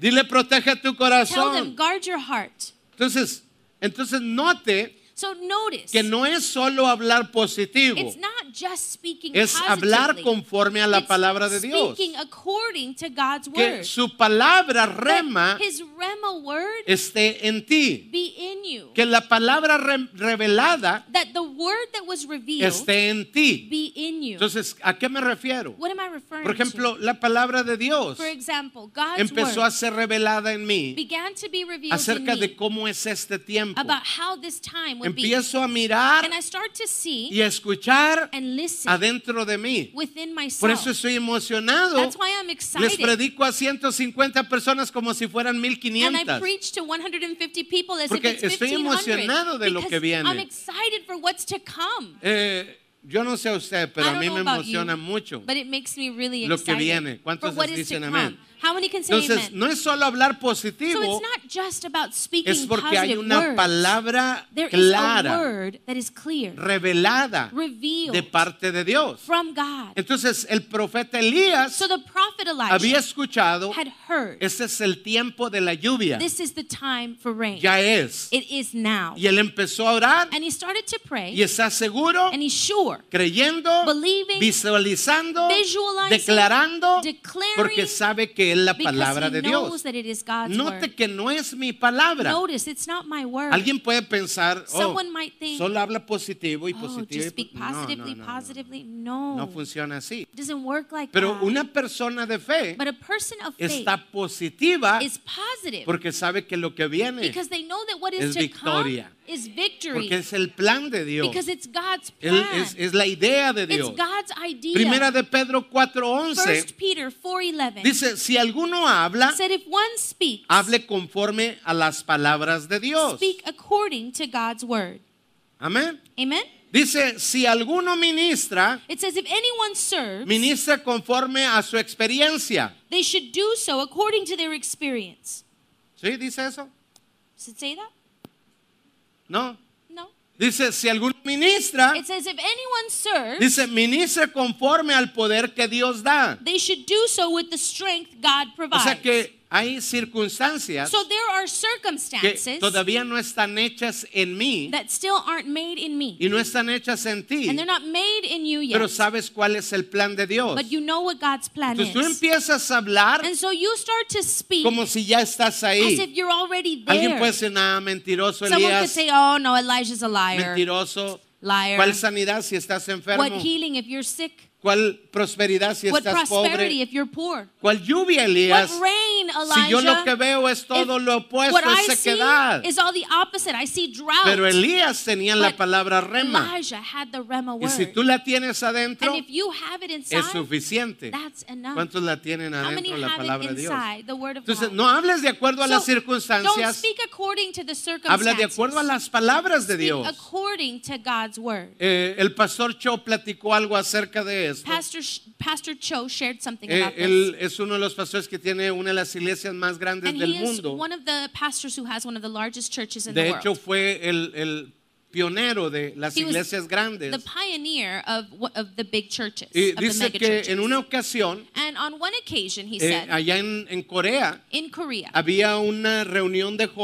Dile, protege tu
Tell them,
corazón.
guard your heart.
Entonces, entonces note
So notice,
que no es solo hablar positivo,
it's not just speaking
es hablar
positively.
conforme a la
It's
palabra de Dios.
Speaking according to God's
Que
word.
su palabra
That
rema
His rema word
esté en ti.
be in you.
Que la palabra re- revelada
That the word that was revealed
esté en ti.
be in you.
Entonces, ¿a qué me refiero?
what am I referring
Por
to?
ejemplo, la palabra de Dios
For example, God's
empezó a
word
ser revelada en mí
began to be revealed in
acerca
me
de cómo es este tiempo.
about how this time would be.
empiezo a mirar
And I start to see
y a escuchar
and listen
adentro de mí.
within
Por
myself.
eso estoy emocionado.
That's why I'm
Les
excited.
predico a 150 personas como si fueran
And I
1500.
preach to 150 people as
Porque
if it's
estoy
1500
emocionado de lo que
because
viene.
I'm excited for what's to come.
Eh, yo no sé a usted,
I
pero a
don't
mí
know
me
about you,
emociona mucho.
But it makes me really
lo que
excited
viene.
for
¿Cuántos
what is to
dicen
come.
amén?
How many can say
Entonces,
amen?
no es solo hablar
so
positivo,
it's not just about speaking
es porque hay
positive
una
words.
palabra
there is a
clara,
word that is clear,
revelada
revealed
de parte de Dios.
from God.
Entonces, el profeta Elías
So the prophet Elijah
había escuchado,
had heard
ese es el tiempo de la lluvia,
this is the time for rain.
ya es.
It is now.
Y él empezó a orar
And he started to pray,
y está seguro,
and he's sure,
creyendo,
believing,
visualizando,
visualizing,
declarando,
declaring,
porque sabe que es la
because
palabra
he
de
knows
Dios.
that it is God's
Note
word.
que no es mi palabra.
Notice, it's not my word.
Alguien puede pensar, oh,
Mm. Someone might think,
solo habla positivo y
oh,
positivo.
just
y
speak
po-". No, no, no,
positively,
no,
positively.
no.
No,
No funciona así.
It doesn't work like
Pero
that.
una persona de fe
Ah. but a person of faith
está positiva
is positive
porque sabe que lo que viene,
because they know that what
es
is to
victoria.
come is victory
porque es el plan de Dios,
because it's God's
Él-
plan.
es, es la idea de Dios.
It's God's idea.
Primera de Pedro 4:11
First Peter 4:11
dice, si alguno habla,
said, if one speaks,
hable conforme a las palabras de Dios.
speak according to God's word.
Amén.
Amen.
Dice, si alguno ministra,
It says, if anyone serves,
ministra conforme a su experiencia.
they should do so according to their experience.
¿Sí? ¿Dice eso?
Does it say that?
No.
No.
Dice, si alguno ministra,
It says, if anyone serves,
dice, ministra conforme al poder que Dios da.
they should do so with the strength God
O
provides.
sea que hay circunstancias
so there are
que
circumstances
todavía no están hechas en mí
that still aren't made in me.
y no están hechas en ti,
and they're not made in you yet.
pero sabes cuál es el plan de Dios.
but you know what God's plan
Entonces tú
is.
empiezas a hablar
and so you start to speak
como si ya estás
as if
ahí.
you're already
Alguien
there.
puede decir, ah, mentiroso
Someone
Elías,
could say, oh no, Elijah's a liar.
mentiroso.
Liar.
¿Cuál sanidad si estás
What
enfermo?
healing if you're sick?
¿Cuál prosperidad si
What
estás
prosperity
pobre?
if you're poor?
¿Cuál lluvia,
What
Elías?
rain, Elijah?
Si yo lo que veo es todo
If
lo opuesto,
what
es
I
sequedad.
see is all the opposite. I see drought.
Pero Elías tenía la
But
palabra rema.
Elijah had the Rema
Y
word.
si tú la tienes adentro,
and if you have it
es
inside,
suficiente.
that's enough.
¿Cuántos la tienen
How many
adentro la
have
palabra
it
de Dios?
inside the word of
Entonces,
God?
no hables de acuerdo a las
So, Don't
circunstancias,
speak according to the circumstances.
habla de acuerdo a las palabras de
Speak
Dios.
according to God's word.
Eh, el pastor Cho platicó algo acerca de esto.
Pastor Sh- Pastor Cho shared something
Eh,
about
él es uno de los pastores que tiene una de las iglesias más
this.
grandes
And
del
he is
mundo.
one of the pastors who has one of the largest churches in
De
the
hecho,
world.
fue el, el pionero de las
He was
iglesias grandes.
The pioneer of one- of the big churches,
Y
of the
dice
mega
que en
churches.
una ocasión,
And on one occasion, he
eh,
said,
allá en, en Corea,
in Korea,
había una reunión de
there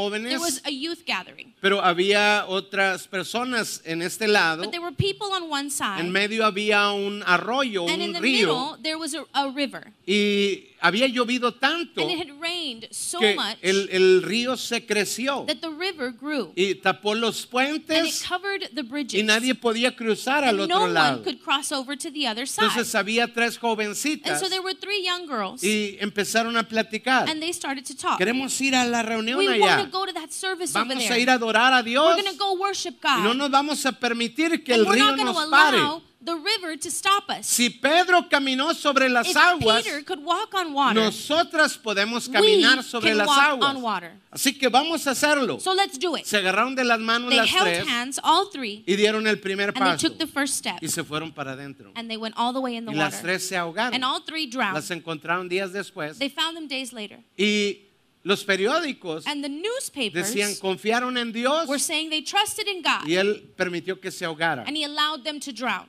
jóvenes,
was a youth gathering,
pero había otras personas en este lado.
but there were people on one side,
En medio había un arroyo,
and in
un
the
río,
middle there was a, a river,
y había llovido tanto
and it had rained so
que
much
el, el río se creció
that the river grew,
y tapó los
and it
puentes
covered the bridges,
y nadie podía cruzar al
and no
otro
one
lado.
could cross over to the other side.
Entonces había tres
and
jovencitas
so there were three young girls,
y empezaron a platicar.
and they started to talk.
Queremos ir a la reunión
we want
allá.
to go to that service over
Vamos
there.
a ir a adorar a Dios.
we're going to go worship God.
Y no nos vamos a permitir que
and
el
we're
río
not going to
nos pare.
allow the river to stop us.
Si Pedro caminó sobre las
if
aguas,
Peter could walk on water,
nosotras podemos
we
caminar sobre
can
las
walk
aguas.
on water.
Así que vamos a hacerlo.
So let's do it.
Se agarraron de las manos
They
las
held
tres
hands, all three,
y dieron el primer
and they
paso
took the first step,
y se fueron para adentro.
and they went all the way in the
Y las
water.
tres se ahogaron.
And all three
Las
drowned.
encontraron días después.
They found them days later.
Y los periódicos
And the newspapers
decían, confiaron en Dios
were saying they trusted in God,
y Él permitió que se ahogara.
and He allowed them to drown.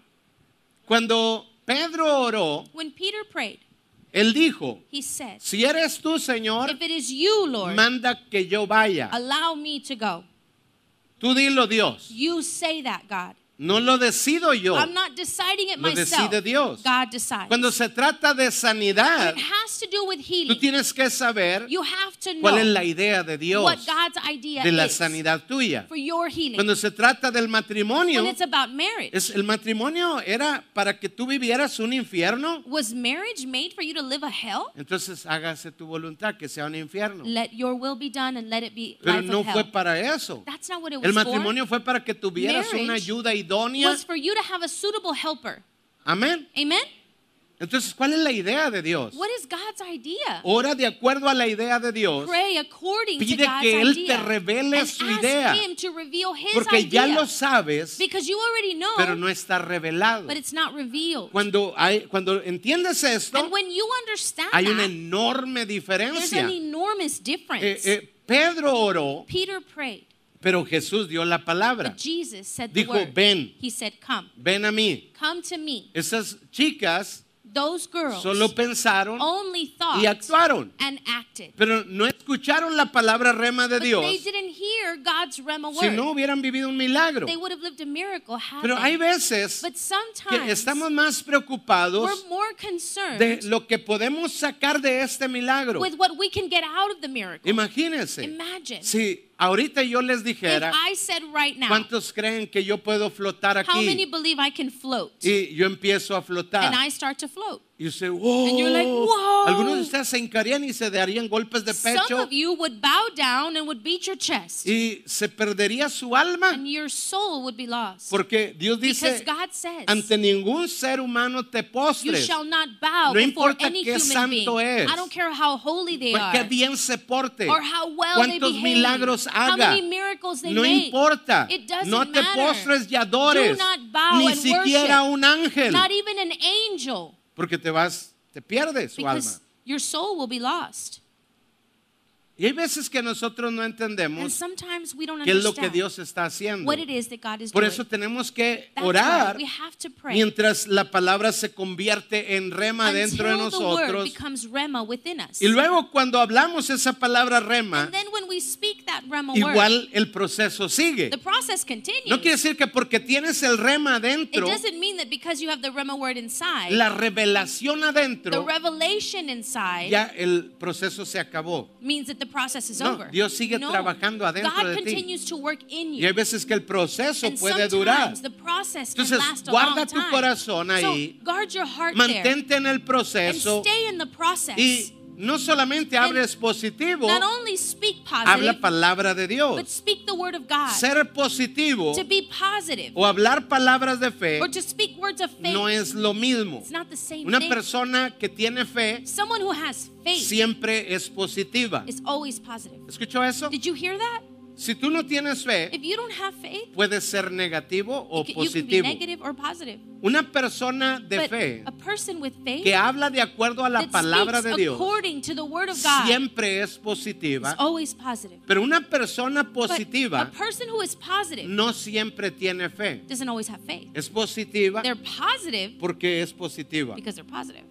Cuando Pedro oró,
When Peter prayed,
Él dijo,
he said,
si eres tú, Señor,
If it is you, Lord,
manda que yo vaya.
allow me to go.
Tú dilo, Dios.
You say that, God.
No lo decido yo.
I'm not deciding it
Lo
myself.
decide Dios.
God decides.
Cuando se trata de sanidad,
it has to do with
tú
healing.
tienes que saber
you have to know
cuál es la idea de Dios
what God's idea
de la
is
sanidad tuya.
for your healing.
Cuando se trata del
when
matrimonio,
it's about marriage,
es, el matrimonio era para que tú vivieras un infierno.
was marriage made for you to live a hell?
Entonces hágase tu voluntad, que sea un infierno.
Let your will be done and let it be
Pero
life
no
of hell.
fue para eso.
That's not what it was
El matrimonio fue para que tuvieras
Marriage
una ayuda
for.
idónea.
Was for you to have a suitable helper.
Amén.
Amen.
Entonces, ¿cuál es la idea de Dios?
What is God's idea?
Ora de acuerdo a la idea de Dios,
Pray according to
Pide
God's
que Él te
idea.
revele
and
su
ask
idea.
Him to reveal His
porque ya
idea.
lo sabes,
because you already know,
pero no está revelado.
but it's not revealed.
Cuando, hay, cuando entiendes esto,
and when you understand
hay una
that,
enorme
there's
diferencia.
an enormous
Eh,
difference.
eh, Pedro oró,
Peter prayed,
pero Jesús dio la palabra.
but Jesus said
Dijo,
the word.
"Ven."
He said, come.
Ven a mí.
Come to me.
Esas chicas
Those girls
solo pensaron,
only thought
y actuaron.
and acted.
pero no escucharon la palabra rema de
But
Dios.
they didn't hear God's Rema
Si
word.
no hubieran vivido un milagro.
They would have lived a miracle had
Pero
they.
hay veces
But
que
sometimes
estamos más preocupados
we're more concerned
de lo que podemos sacar de este milagro.
with what we can get out of the miracle.
Imagínense,
Imagine
si ahorita yo les
if
dijera,
I said right now,
¿cuántos creen que yo puedo flotar
how many
aquí?
believe I can float?
Y yo empiezo a
And
flotar.
I start to float.
Y usted, wow.
you're like, wow.
Algunos de ustedes se hincarían y se darían golpes de
Some
pecho
of you would bow down and would beat your chest,
y se perdería su alma.
and your soul would be lost.
Porque Dios
Because
dice,
God says,
ante ningún ser humano te
You
postres.
shall not
No
bow before
importa
any
qué
human
santo
being.
es.
I don't care how holy they
Pues
are
Que bien se porte.
or how well they
Cuántos
behave.
milagros
how
haga.
many miracles they
No
make.
importa.
It doesn't
No te
matter.
postres y adores.
Do not bow
Ni
and
siquiera
worship.
un ángel.
Not even an angel
Porque te vas, te pierdes su
because
alma.
your soul will be lost.
Y hay veces que nosotros no
And
entendemos
sometimes we don't
qué es
understand
lo que Dios está haciendo.
what it is that God is
Por
doing.
eso tenemos que
That's why
orar
we have to pray
mientras la palabra se convierte en rema dentro de
until the word
nosotros.
becomes rema within us.
Y luego cuando hablamos esa palabra rema,
and then when we speak that rema word,
igual el proceso sigue.
the process continues.
No quiere decir que porque tienes el rema
it
adentro,
doesn't mean that because you have the rema word inside,
la revelación
the
adentro,
revelation inside
ya el proceso se acabó.
means that the process is
No,
over.
Dios sigue trabajando adentro
God
de ti.
continues to work in
Y hay
you.
veces que el proceso
And
puede durar.
sometimes the process
Entonces,
can last a
guarda
long
tu
time.
corazón ahí.
so guard your heart there
Mantente en el
and
proceso
stay in the process.
y no solamente
And
hables positivo,
Not only speak
habla
positive,
palabra de
but
Dios.
speak the word of God.
Ser positivo
to be positive
o hablar palabras de fe
or to speak words of faith,
no es lo mismo.
it's not the same
Una
thing.
persona que tiene fe
Someone who has faith
siempre es positiva.
is always positive.
¿Escuchó eso?
Did you hear that?
Si tú no tienes fe,
If you don't have faith,
puedes ser negativo o
you can, you can be
positivo.
negative or positive.
Una persona de
but
fe
a person with faith
que habla de acuerdo a la
that
palabra de
speaks
Dios
according to the word of God
siempre es
is
positiva,
always positive.
pero una persona
But
positiva
a person who is positive
no siempre tiene fe.
doesn't always have faith.
Es positiva
They're positive
porque es positiva,
because they're positive.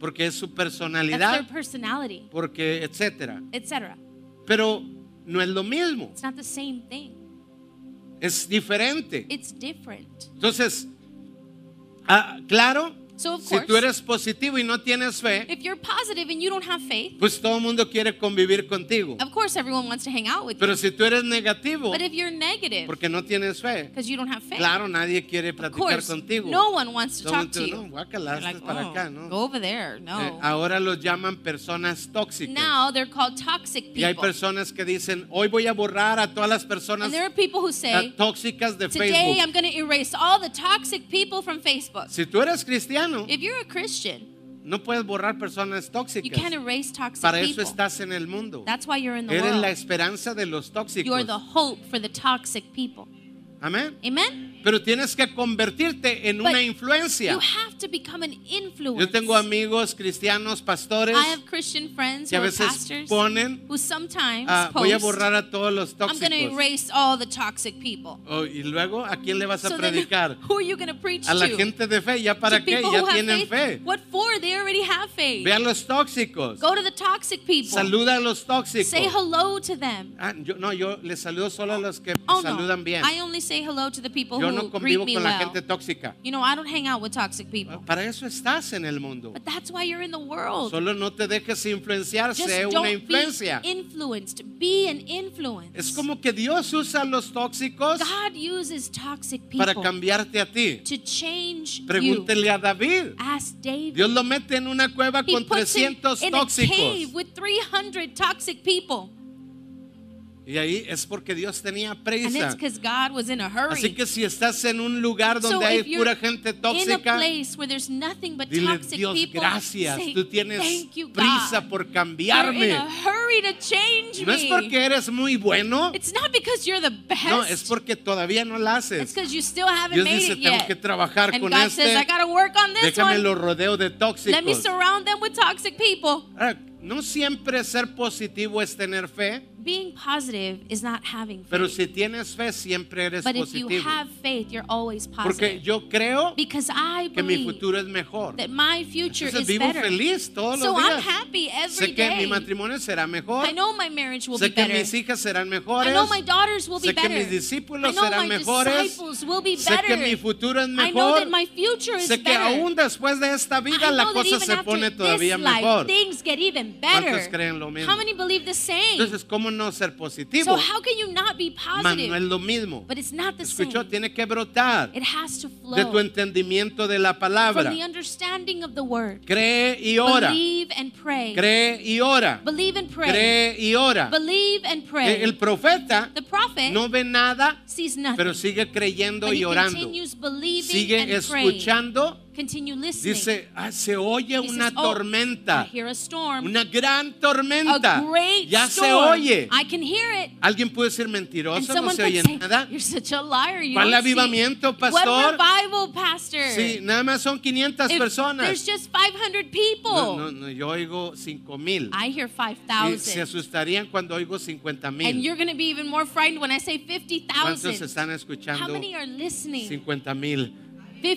porque es su
That's their
personalidad,
personality,
porque etcétera.
etc.
Pero no es lo mismo,
It's not the same thing.
es diferente.
It's different.
Entonces, ah, claro,
So, of
si tú
course,
eres positivo y no tienes fe,
If you're positive and you don't have faith,
pues todo el mundo quiere convivir contigo.
of course everyone wants to hang out with you.
Pero si tú eres negativo
But if you're negative
porque no tienes fe,
because you don't have faith,
claro, nadie quiere
of
platicar
course
contigo.
no one wants to
Todo el
talk to
mundo, "No,
you.
guácala,
You're
hazte
like,
para
"Oh,
acá", ¿no?
Go over there.
Eh,
No.
ahora los llaman personas tóxicas.
now they're called toxic
y hay
people.
personas que dicen, hoy voy a borrar a todas las personas
And there are people who
ah,
say,
tóxicas de
Today
Facebook.
I'm going to erase all the toxic people from Facebook.
Si tú eres cristiano,
If you're a Christian,
no puedes borrar personas
you can't
tóxicas.
erase toxic
Para eso
people.
estás en el mundo.
That's why you're in the
Eres la
world.
esperanza de los
You're the
tóxicos.
hope for the toxic people.
Amén.
Amen?
Pero tienes que convertirte en
But
una influencia.
You have to become an influence.
Yo tengo amigos cristianos, pastores,
I have Christian friends
que
who
a
are
veces
pastors
ponen,
who sometimes
ah,
post,
voy a borrar a todos los
I'm going to
tóxicos.
erase all the toxic people.
Oh, y luego, ¿a quién le vas a
so then, *laughs*
predicar?
who are you going to preach
A la
to?
gente de fe, ¿ya
to
para qué?
people
Ya
who have
tienen
faith?
fe.
What for? They already have faith.
Ve a los tóxicos.
Go to the toxic people.
Saluda a los tóxicos.
Say hello to them.
Ah, yo, no, yo les saludo solo a los que
Oh no,
saludan bien.
I only say hello to the people
Yo
who
no
greet
convivo
me
con la
well.
gente tóxica.
You know, I don't hang out with toxic people.
Para eso estás en el mundo.
But that's why you're in the world.
Solo no te dejes influenciar,
Just
sé una
don't be
influencia.
influenced. Be an influence.
Es como que Dios usa a los tóxicos
God uses toxic
para
people
cambiarte a ti.
to change you.
Pregúntele a David.
Ask David.
Dios lo mete en una cueva
he
con
puts him
300
in a cave
tóxicos.
with 300 toxic people.
Y ahí es porque Dios tenía
And it's
prisa.
because God was in a hurry.
Así que si estás en un lugar
so
donde
if
hay
you're
pura gente
in a
tóxica,
place where there's nothing but
dile
toxic
Dios,
people,
gracias.
say,
Tú tienes
thank you,
prisa
God.
por
You're in a
cambiarme.
hurry to change
No es
me.
porque eres muy bueno,
It's not because you're the best.
no, es porque todavía no la
it's
haces.
because you still haven't
Dios
made
dice,
it yet.
tengo que trabajar
and
con
God says, I
este,
gotta work on this
déjame
one.
lo rodeo de
Let me
tóxicos.
surround them with toxic people.
Ahora, Ah, no siempre ser positivo es tener fe,
Being positive is not having faith.
pero si tienes fe siempre eres
but if you
positivo.
have faith, you're always
Porque
positive.
yo creo
because I
que mi
believe
futuro es mejor.
that my future
Entonces
is
vivo
better.
feliz todos
so
los
I'm
días.
happy every
Sé que mi
day.
matrimonio será mejor.
I know my marriage will
Sé
be
que
better.
mis hijas serán
I
mejores.
know my daughters will be
Sé que
better.
mis discípulos
I know
serán
my
mejores.
disciples will be
Sé
better.
que mi futuro es
I know
mejor.
that my future is
Sé que
better.
aún después de esta vida
I
la
know that
cosa
even
se
after
pone
this
todavía
life,
mejor.
Things get even better.
¿Cuántos creen lo mismo?
How many believe the same?
Entonces, ¿cómo no ser positivo?
so how can you not be
Mas no es
positive?
lo mismo.
But it's not the
Escuchó,
same.
tiene que brotar
It has to flow
de tu entendimiento de la
from
palabra.
the understanding of the word.
Cree y ora.
Believe and pray.
Cree y ora.
Believe and pray.
Cree y ora.
Believe and pray.
El el profeta
the prophet
no ve nada,
sees nothing.
pero sigue creyendo
but he
y orando.
continues believing and
Sigue escuchando.
praying. Continue listening.
Dice, "Ah, se oye
He
una
says, "Oh, I
tormenta,
hear a storm.
una gran
a
tormenta.
great
Ya
storm.
se oye.
I can hear it.
Alguien puede ser
And
mentiroso, no
someone
se
could
oye
say,
nada.
You're such a liar. You
¿Cuál
don't see.
avivamiento,
What
pastor?
revival, pastor?
Sí, nada más son 500
If There's
personas.
just 500 people.
No, no, no, yo oigo 5 mil.
I
Y se
hear 5,000.
asustarían cuando oigo 50
And
mil.
you're going to be even more frightened when I say
¿Cuántos
50,000.
están
How
escuchando
many are listening?
50 mil?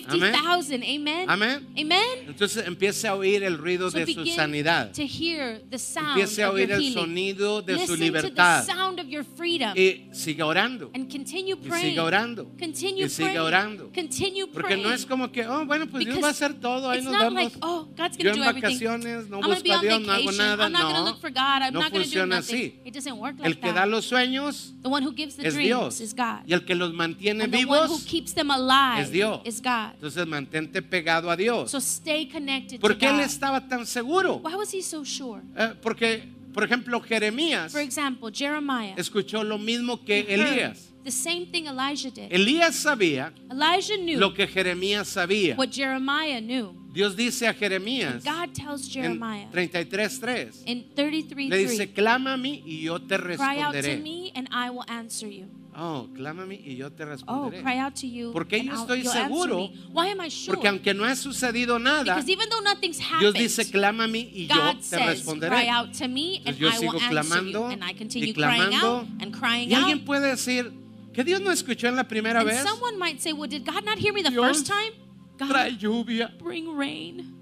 50,000. Amen.
Amén.
Amen.
Entonces empieza a oír el ruido
So
de su
begin
sanidad.
to hear the sound
Empiece a
of your
oír el
healing.
sonido de su
Listen to the
libertad.
sound of your freedom.
Y siga orando.
and continue
Y
praying.
siga orando.
Continue
Y siga
praying.
orando.
Continue
Porque
praying.
no es como que, oh, bueno, pues Dios
Because
va a hacer todo, ahí
it's
nos
not
vemos.
like, oh, God's
Yo
going to
en
do everything.
vacaciones no
I'm gonna
busco a
be on
Dios, no hago
vacation.
nada.
I'm not going to
No,
look for God. I'm
no
not going to do
funciona
nothing.
así.
It doesn't work like
El que da
that.
los sueños
the one who gives the
es
dreams
Dios.
is God.
Y el que los mantiene
and the one who
vivos
keeps them alive
es Dios.
is God.
Entonces mantente pegado a Dios.
So stay connected
¿Por
to
qué él
God.
estaba tan seguro?
Why was he so sure?
Eh, porque, por ejemplo, Jeremías
For example, Jeremiah
escuchó lo mismo que
heard
Elías.
the same thing Elijah did.
Elías sabía
Elijah knew
lo que Jeremías sabía.
what Jeremiah knew.
Dios dice a Jeremías
God tells
en
Jeremiah
33.3,
in 33
le dice, clama a mí y yo te
Cry out to
responderé.
me and I will answer you.
Oh, clama a mí y yo te
Oh, cry
responderé.
out to you.
Porque
and
yo
I'll-
estoy
you'll answer
seguro,
me. Why am I sure?
Porque aunque no ha sucedido nada,
Because even though nothing's
Dios
happened,
dice, clama a mí y yo
God
te
says, cry
responderé.
out to me and
Entonces yo
I will
sigo
answer you.
clamando
And I
y
continue crying out
clamando.
and crying
Y alguien
out.
puede decir, que Dios no escuchó en la primera
And
vez.
someone might say, well, did God not hear me the
Dios
first time? God,
Trae lluvia.
bring rain.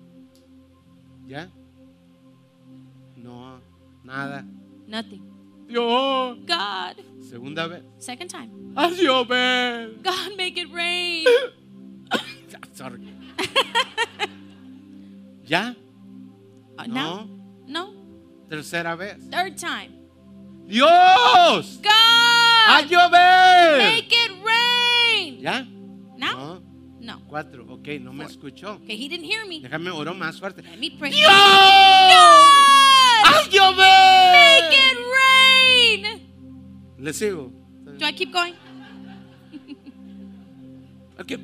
¿Ya? No, nada.
Nothing.
Dios.
God,
Segunda vez.
second time.
Haz llover.
God, make it
*laughs*
rain.
Ah, Sorry. ¿Ya?
Uh, now? No.
Tercera vez.
Third time.
Dios. Haz
God,
llover.
make it rain.
¿Ya?
Now? No.
Cuatro. Ok, no me escuchó.
Okay, he didn't hear me.
Déjame oro más fuerte.
Let me pray.
Dios.
God,
Haz llover.
make it rain.
Le sigo.
Do I keep going?
Ok,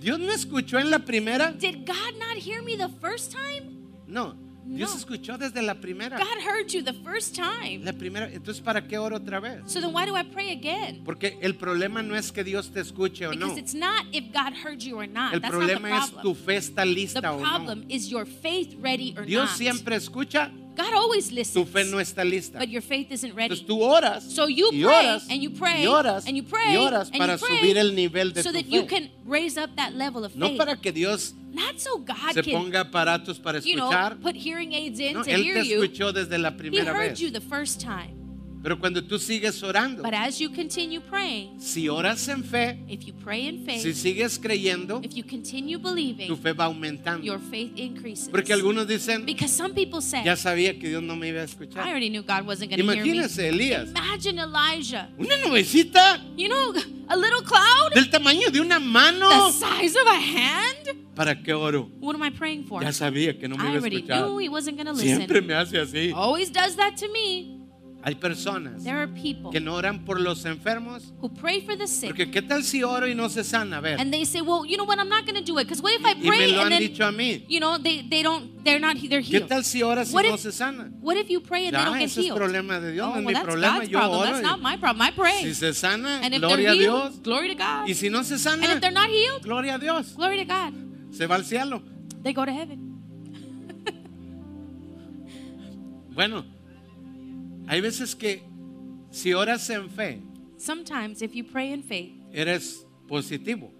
Dios no escuchó en la primera.
Did God not hear me the first time?
No, Dios
No.
escuchó desde la primera.
God heard you the first time.
La primera, entonces ¿para qué oro otra vez?
So then why do I pray again?
Porque el problema no es que Dios te escuche o no.
Because it's not if God heard you or not.
El
That's not the
problema es tu
problem.
fe está
The
lista o no.
problem is your faith ready or
Dios
not.
siempre escucha,
God always
tu fe no
listens,
está lista.
but your faith isn't
Entonces
ready.
tú oras
So you
y
pray,
oras
and you pray,
y oras
and you pray,
y oras
and you
para
pray,
subir el nivel de
So that you
tu fe.
can raise up that level of
No
faith.
para que Dios
Not so God
se
can,
ponga aparatos para
you know,
escuchar.
put hearing aids in
No,
to
él
hear
te
you.
escuchó desde la
He
primera
heard
vez.
you the first time.
Pero cuando tú sigues orando,
But as you continue praying,
si oras en fe,
if you pray in
si
faith,
sigues creyendo,
if you continue
tu
believing,
fe va aumentando.
your faith increases.
Porque algunos dicen,
Because some people say,
ya sabía que Dios no me iba a
I
escuchar.
already knew God wasn't going to hear me.
Imagínese, Elías,
Imagine Elijah.
una nubecita
You know, a little cloud
del tamaño de una mano.
the size of a hand.
¿Para qué oro?
What am I praying for?
Ya sabía que no me
I
iba a
already
escuchar.
knew he wasn't going to
Siempre
listen.
me hace así.
Always does that to me.
Hay personas
There are people
que no oran por los enfermos.
who pray for the sick
Porque ¿qué tal si oro y no se sana? A ver.
and they say, well, you know what? I'm not going to do it because what if I
Y me
pray
lo
and
han
then,
dicho a mí.
you know, they, they don't, they're not, they're
¿Qué
healed.
tal si oras y
What
no
if-
se sana?
What if you pray and they don't
Ya,
get
ese es
healed?
problema de Dios, no es
oh, well,
mi
that's
problema.
God's
Yo
problem. That's
oro.
not my problem. I
y- Si
pray.
se sana,
And if they're
gloria a
healed,
Dios.
glory to God.
Y si no se
And if
sana,
they're not healed,
gloria a Dios.
glory to God.
Se va al cielo.
They go to heaven.
Bueno, hay veces que si oras en fe,
Sometimes if you pray in faith,
eres positivo.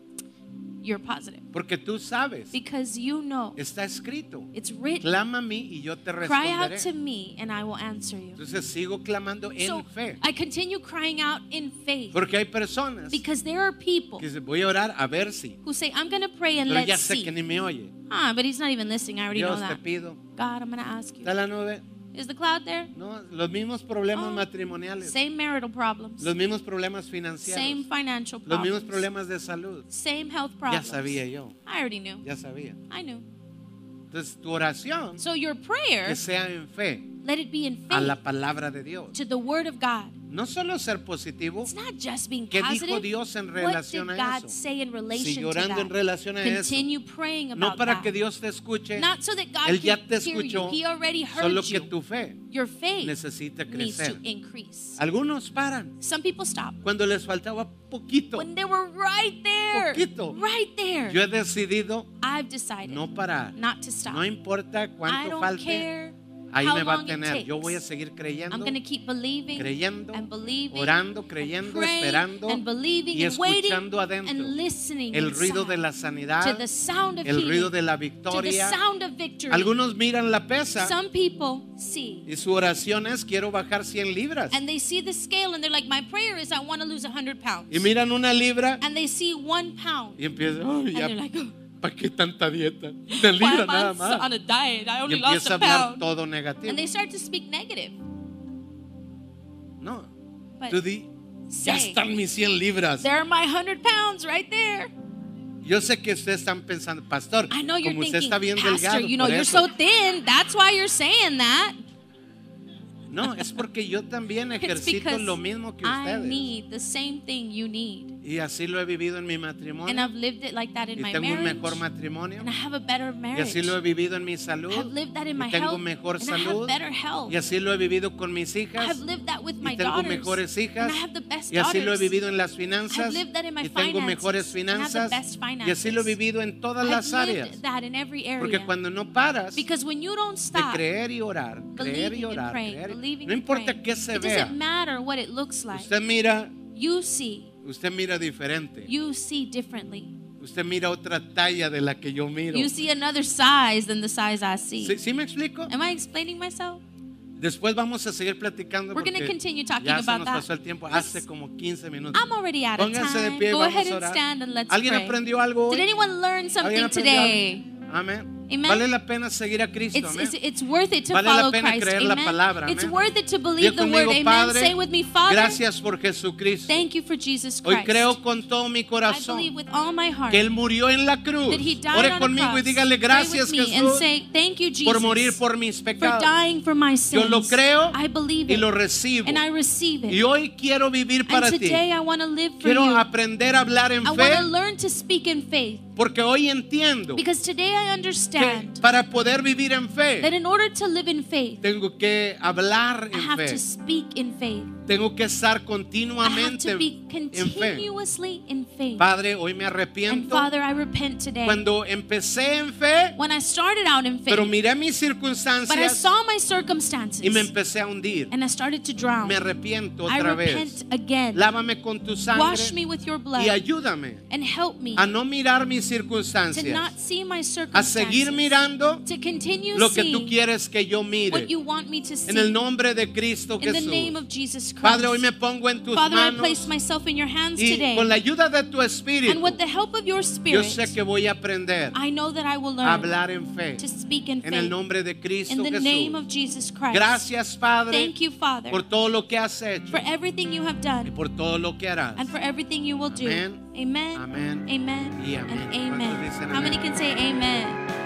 you're positive
Porque tú sabes,
because you know
está escrito.
it's written.
Clama a mí y yo te
Cry out to
responderé.
me and I will answer you.
Entonces sigo clamando
So
en fe.
I continue crying out in faith
Porque hay personas que
because there are people
dicen, voy a orar a ver si.
who say, I'm going to pray and
Pero ya
let's
sé que
see.
ni me oye.
Ah, but he's not even listening. I already know
Dios te
that.
pido.
God, I'm going to ask you.
¿Está la nube?
Is the cloud there?
No, los mismos problemas
Oh,
matrimoniales.
Same marital problems.
Los mismos problemas
Same
financieros.
financial
Los mismos problemas
problems.
de salud.
Same health
Ya
problems.
sabía yo.
I already knew.
Ya sabía.
I knew.
Entonces tu oración
So your prayer,
que sea en fe
let it be in
a
faith
la palabra de Dios.
to the word of God.
No solo ser positivo,
It's not just being
¿Qué dijo
positive.
Dios en
what
relación
did
a
God
eso?
say in relation
Sigue
to
orando
that?
en relación a eso.
Continue praying about
no para que
that.
Dios te escuche,
Not so that God
Él ya
can
te
hear you.
escuchó,
He already heard
solo
you.
que tu fe
Your faith
necesita
needs to
crecer.
increase.
Algunos paran
Some people stop
cuando les faltaba poquito.
when they were right there.
Poquito.
Right there.
Yo he decidido
I've decided
no parar.
not to stop.
No importa
I
cuánto
don't
falte,
care
ahí
how
me va a
long it
tener. Yo
takes.
voy a seguir creyendo,
I'm going to keep believing
creyendo,
and believing,
orando,
and
creyendo,
praying,
esperando
and believing
y
and waiting
escuchando adentro
and listening
el ruido de
inside
la
to
sanidad,
the sound of
el ruido
healing,
de la
to the
victoria.
sound of victory.
Algunos miran la pesa
Some people see
y su oración es quiero bajar 100 libras.
and they see the scale and they're like, my prayer is I want to lose 100 pounds.
Y miran una libra
And they see one pound
y empiezan, "Ay,
and
ya,
they're like,
*laughs*
oh,
¿para qué tanta dieta? Una libra
five
nada
months
más.
on a diet, I
Y
only lost
empieza a
a
hablar
pound.
todo
And they
negativo.
start to speak negative.
No,
But
tú di, ya
say,
están mis 100 libras.
there are my 100 pounds right there.
Yo sé que ustedes están pensando, pastor,
I know you're
como usted
thinking,
está bien
Pastor,
delgado,
you know,
por
you're
eso".
so thin. That's why you're saying that.
no, es porque yo también
*laughs* It's
ejercito
because
lo mismo que
I
ustedes.
need the same thing you need.
Y así lo he vivido en mi
And
matrimonio
I've lived it like that in
y
my
tengo un
marriage.
mejor matrimonio
And I have a better
y
marriage.
así lo he vivido en mi
I've
salud
lived that in my
y tengo
health.
mejor
and I have
salud
better health.
y así lo he vivido con mis
I've
hijas
lived that with my
y tengo
daughters.
mejores hijas
and I have the best
y así lo he
daughters.
vivido en las finanzas
I've lived that in my
y tengo
finances,
mejores
and I have the
finanzas
best
y así lo he
finances.
vivido en todas
I've
las
lived
áreas
that in every area.
porque cuando no paras de
because when you don't stop
creer y orar creer
believing
y
and
orar
praying,
creer y-
believing
no
and
importa
praying,
qué se
it doesn't
vea
matter what it looks like.
usted mira
You see,
usted mira diferente
you see differently.
usted mira otra talla de la que yo miro
You see another size than the size I see.
¿Sí, sí me explico?
Am I explaining myself?
Después vamos a seguir platicando
We're gonna
porque
continue talking
ya se
about
nos
that.
pasó el tiempo hace como 15 minutos.
I'm already out of
Pónganse de
time.
pie y
Go
vamos
ahead
a
and
orar.
stand and let's
¿Alguien
pray.
aprendió algo hoy?
Did anyone learn
¿Alguien
something
aprendió
today?
algo? Amén.
Amen.
Vale la pena seguir a Cristo.
It's,
amén.
it's, it's worth it to
Vale la
follow
pena
Christ.
creer la
Amen.
palabra,
It's
amén.
worth it to
Diga
believe the word.
conmigo,
Amen.
Padre,
Say with me, Father.
gracias por Jesucristo.
Thank you for Jesus
Hoy
Christ.
creo con todo mi
I
corazón
believe with all my heart
que Él murió en la cruz.
that He died
Ore
on a
conmigo
cross.
y dígale
Pray
gracias
with me and
Jesús
say, Thank you, Jesus,
por morir por mis
for
pecados.
dying for my sins.
Yo lo creo
I believe
y
it,
lo recibo.
and I receive it.
Y hoy quiero vivir para
and
ti.
today I want to live for
Quiero
you.
aprender a hablar en
I want
fe
to learn to speak in faith
porque hoy entiendo
because today I
que
understand
para poder vivir en
that
fe
in order to live in faith,
tengo que hablar
I
en
have
fe.
to speak in faith.
Tengo que estar
I have
continuamente
to be
en fe.
continuously in faith.
Padre, hoy me
And
arrepiento.
Father, I repent today.
Cuando empecé en fe,
When I started out in
pero
faith,
miré mis
but I
circunstancias
saw my
y me
circumstances
empecé a hundir.
and I started to drown.
Me arrepiento
I
otra vez.
repent again.
Lávame con tu
Wash me
sangre
with your blood
y ayúdame
and help me
a no mirar mis
to
circunstancias,
not see my
a seguir
circumstances,
mirando
to continue
lo que tú
seeing
quieres que yo mire.
what you want me to
En el
see.
nombre de Cristo
In the name
Jesús.
of Jesus Christ.
Padre, hoy me pongo en tus
Father, I place
manos
myself in your hands
y
today.
con la ayuda de tu espíritu,
And with the help of your
yo
spirit,
sé que voy a aprender
I know that I will
a
learn
hablar en fe.
to speak in
En el
faith.
nombre de
In
Cristo
the name
Jesús.
of Jesus Christ.
Gracias, Padre,
Thank you, Father,
por todo lo que has hecho
for everything you have
y
done
por todo lo que harás.
and for everything you will do.
Amen.
Amen.
Amen.
Amen.
Y amén.
And
¿Cuántos
amen.
dicen
How many
amén?
can say amen?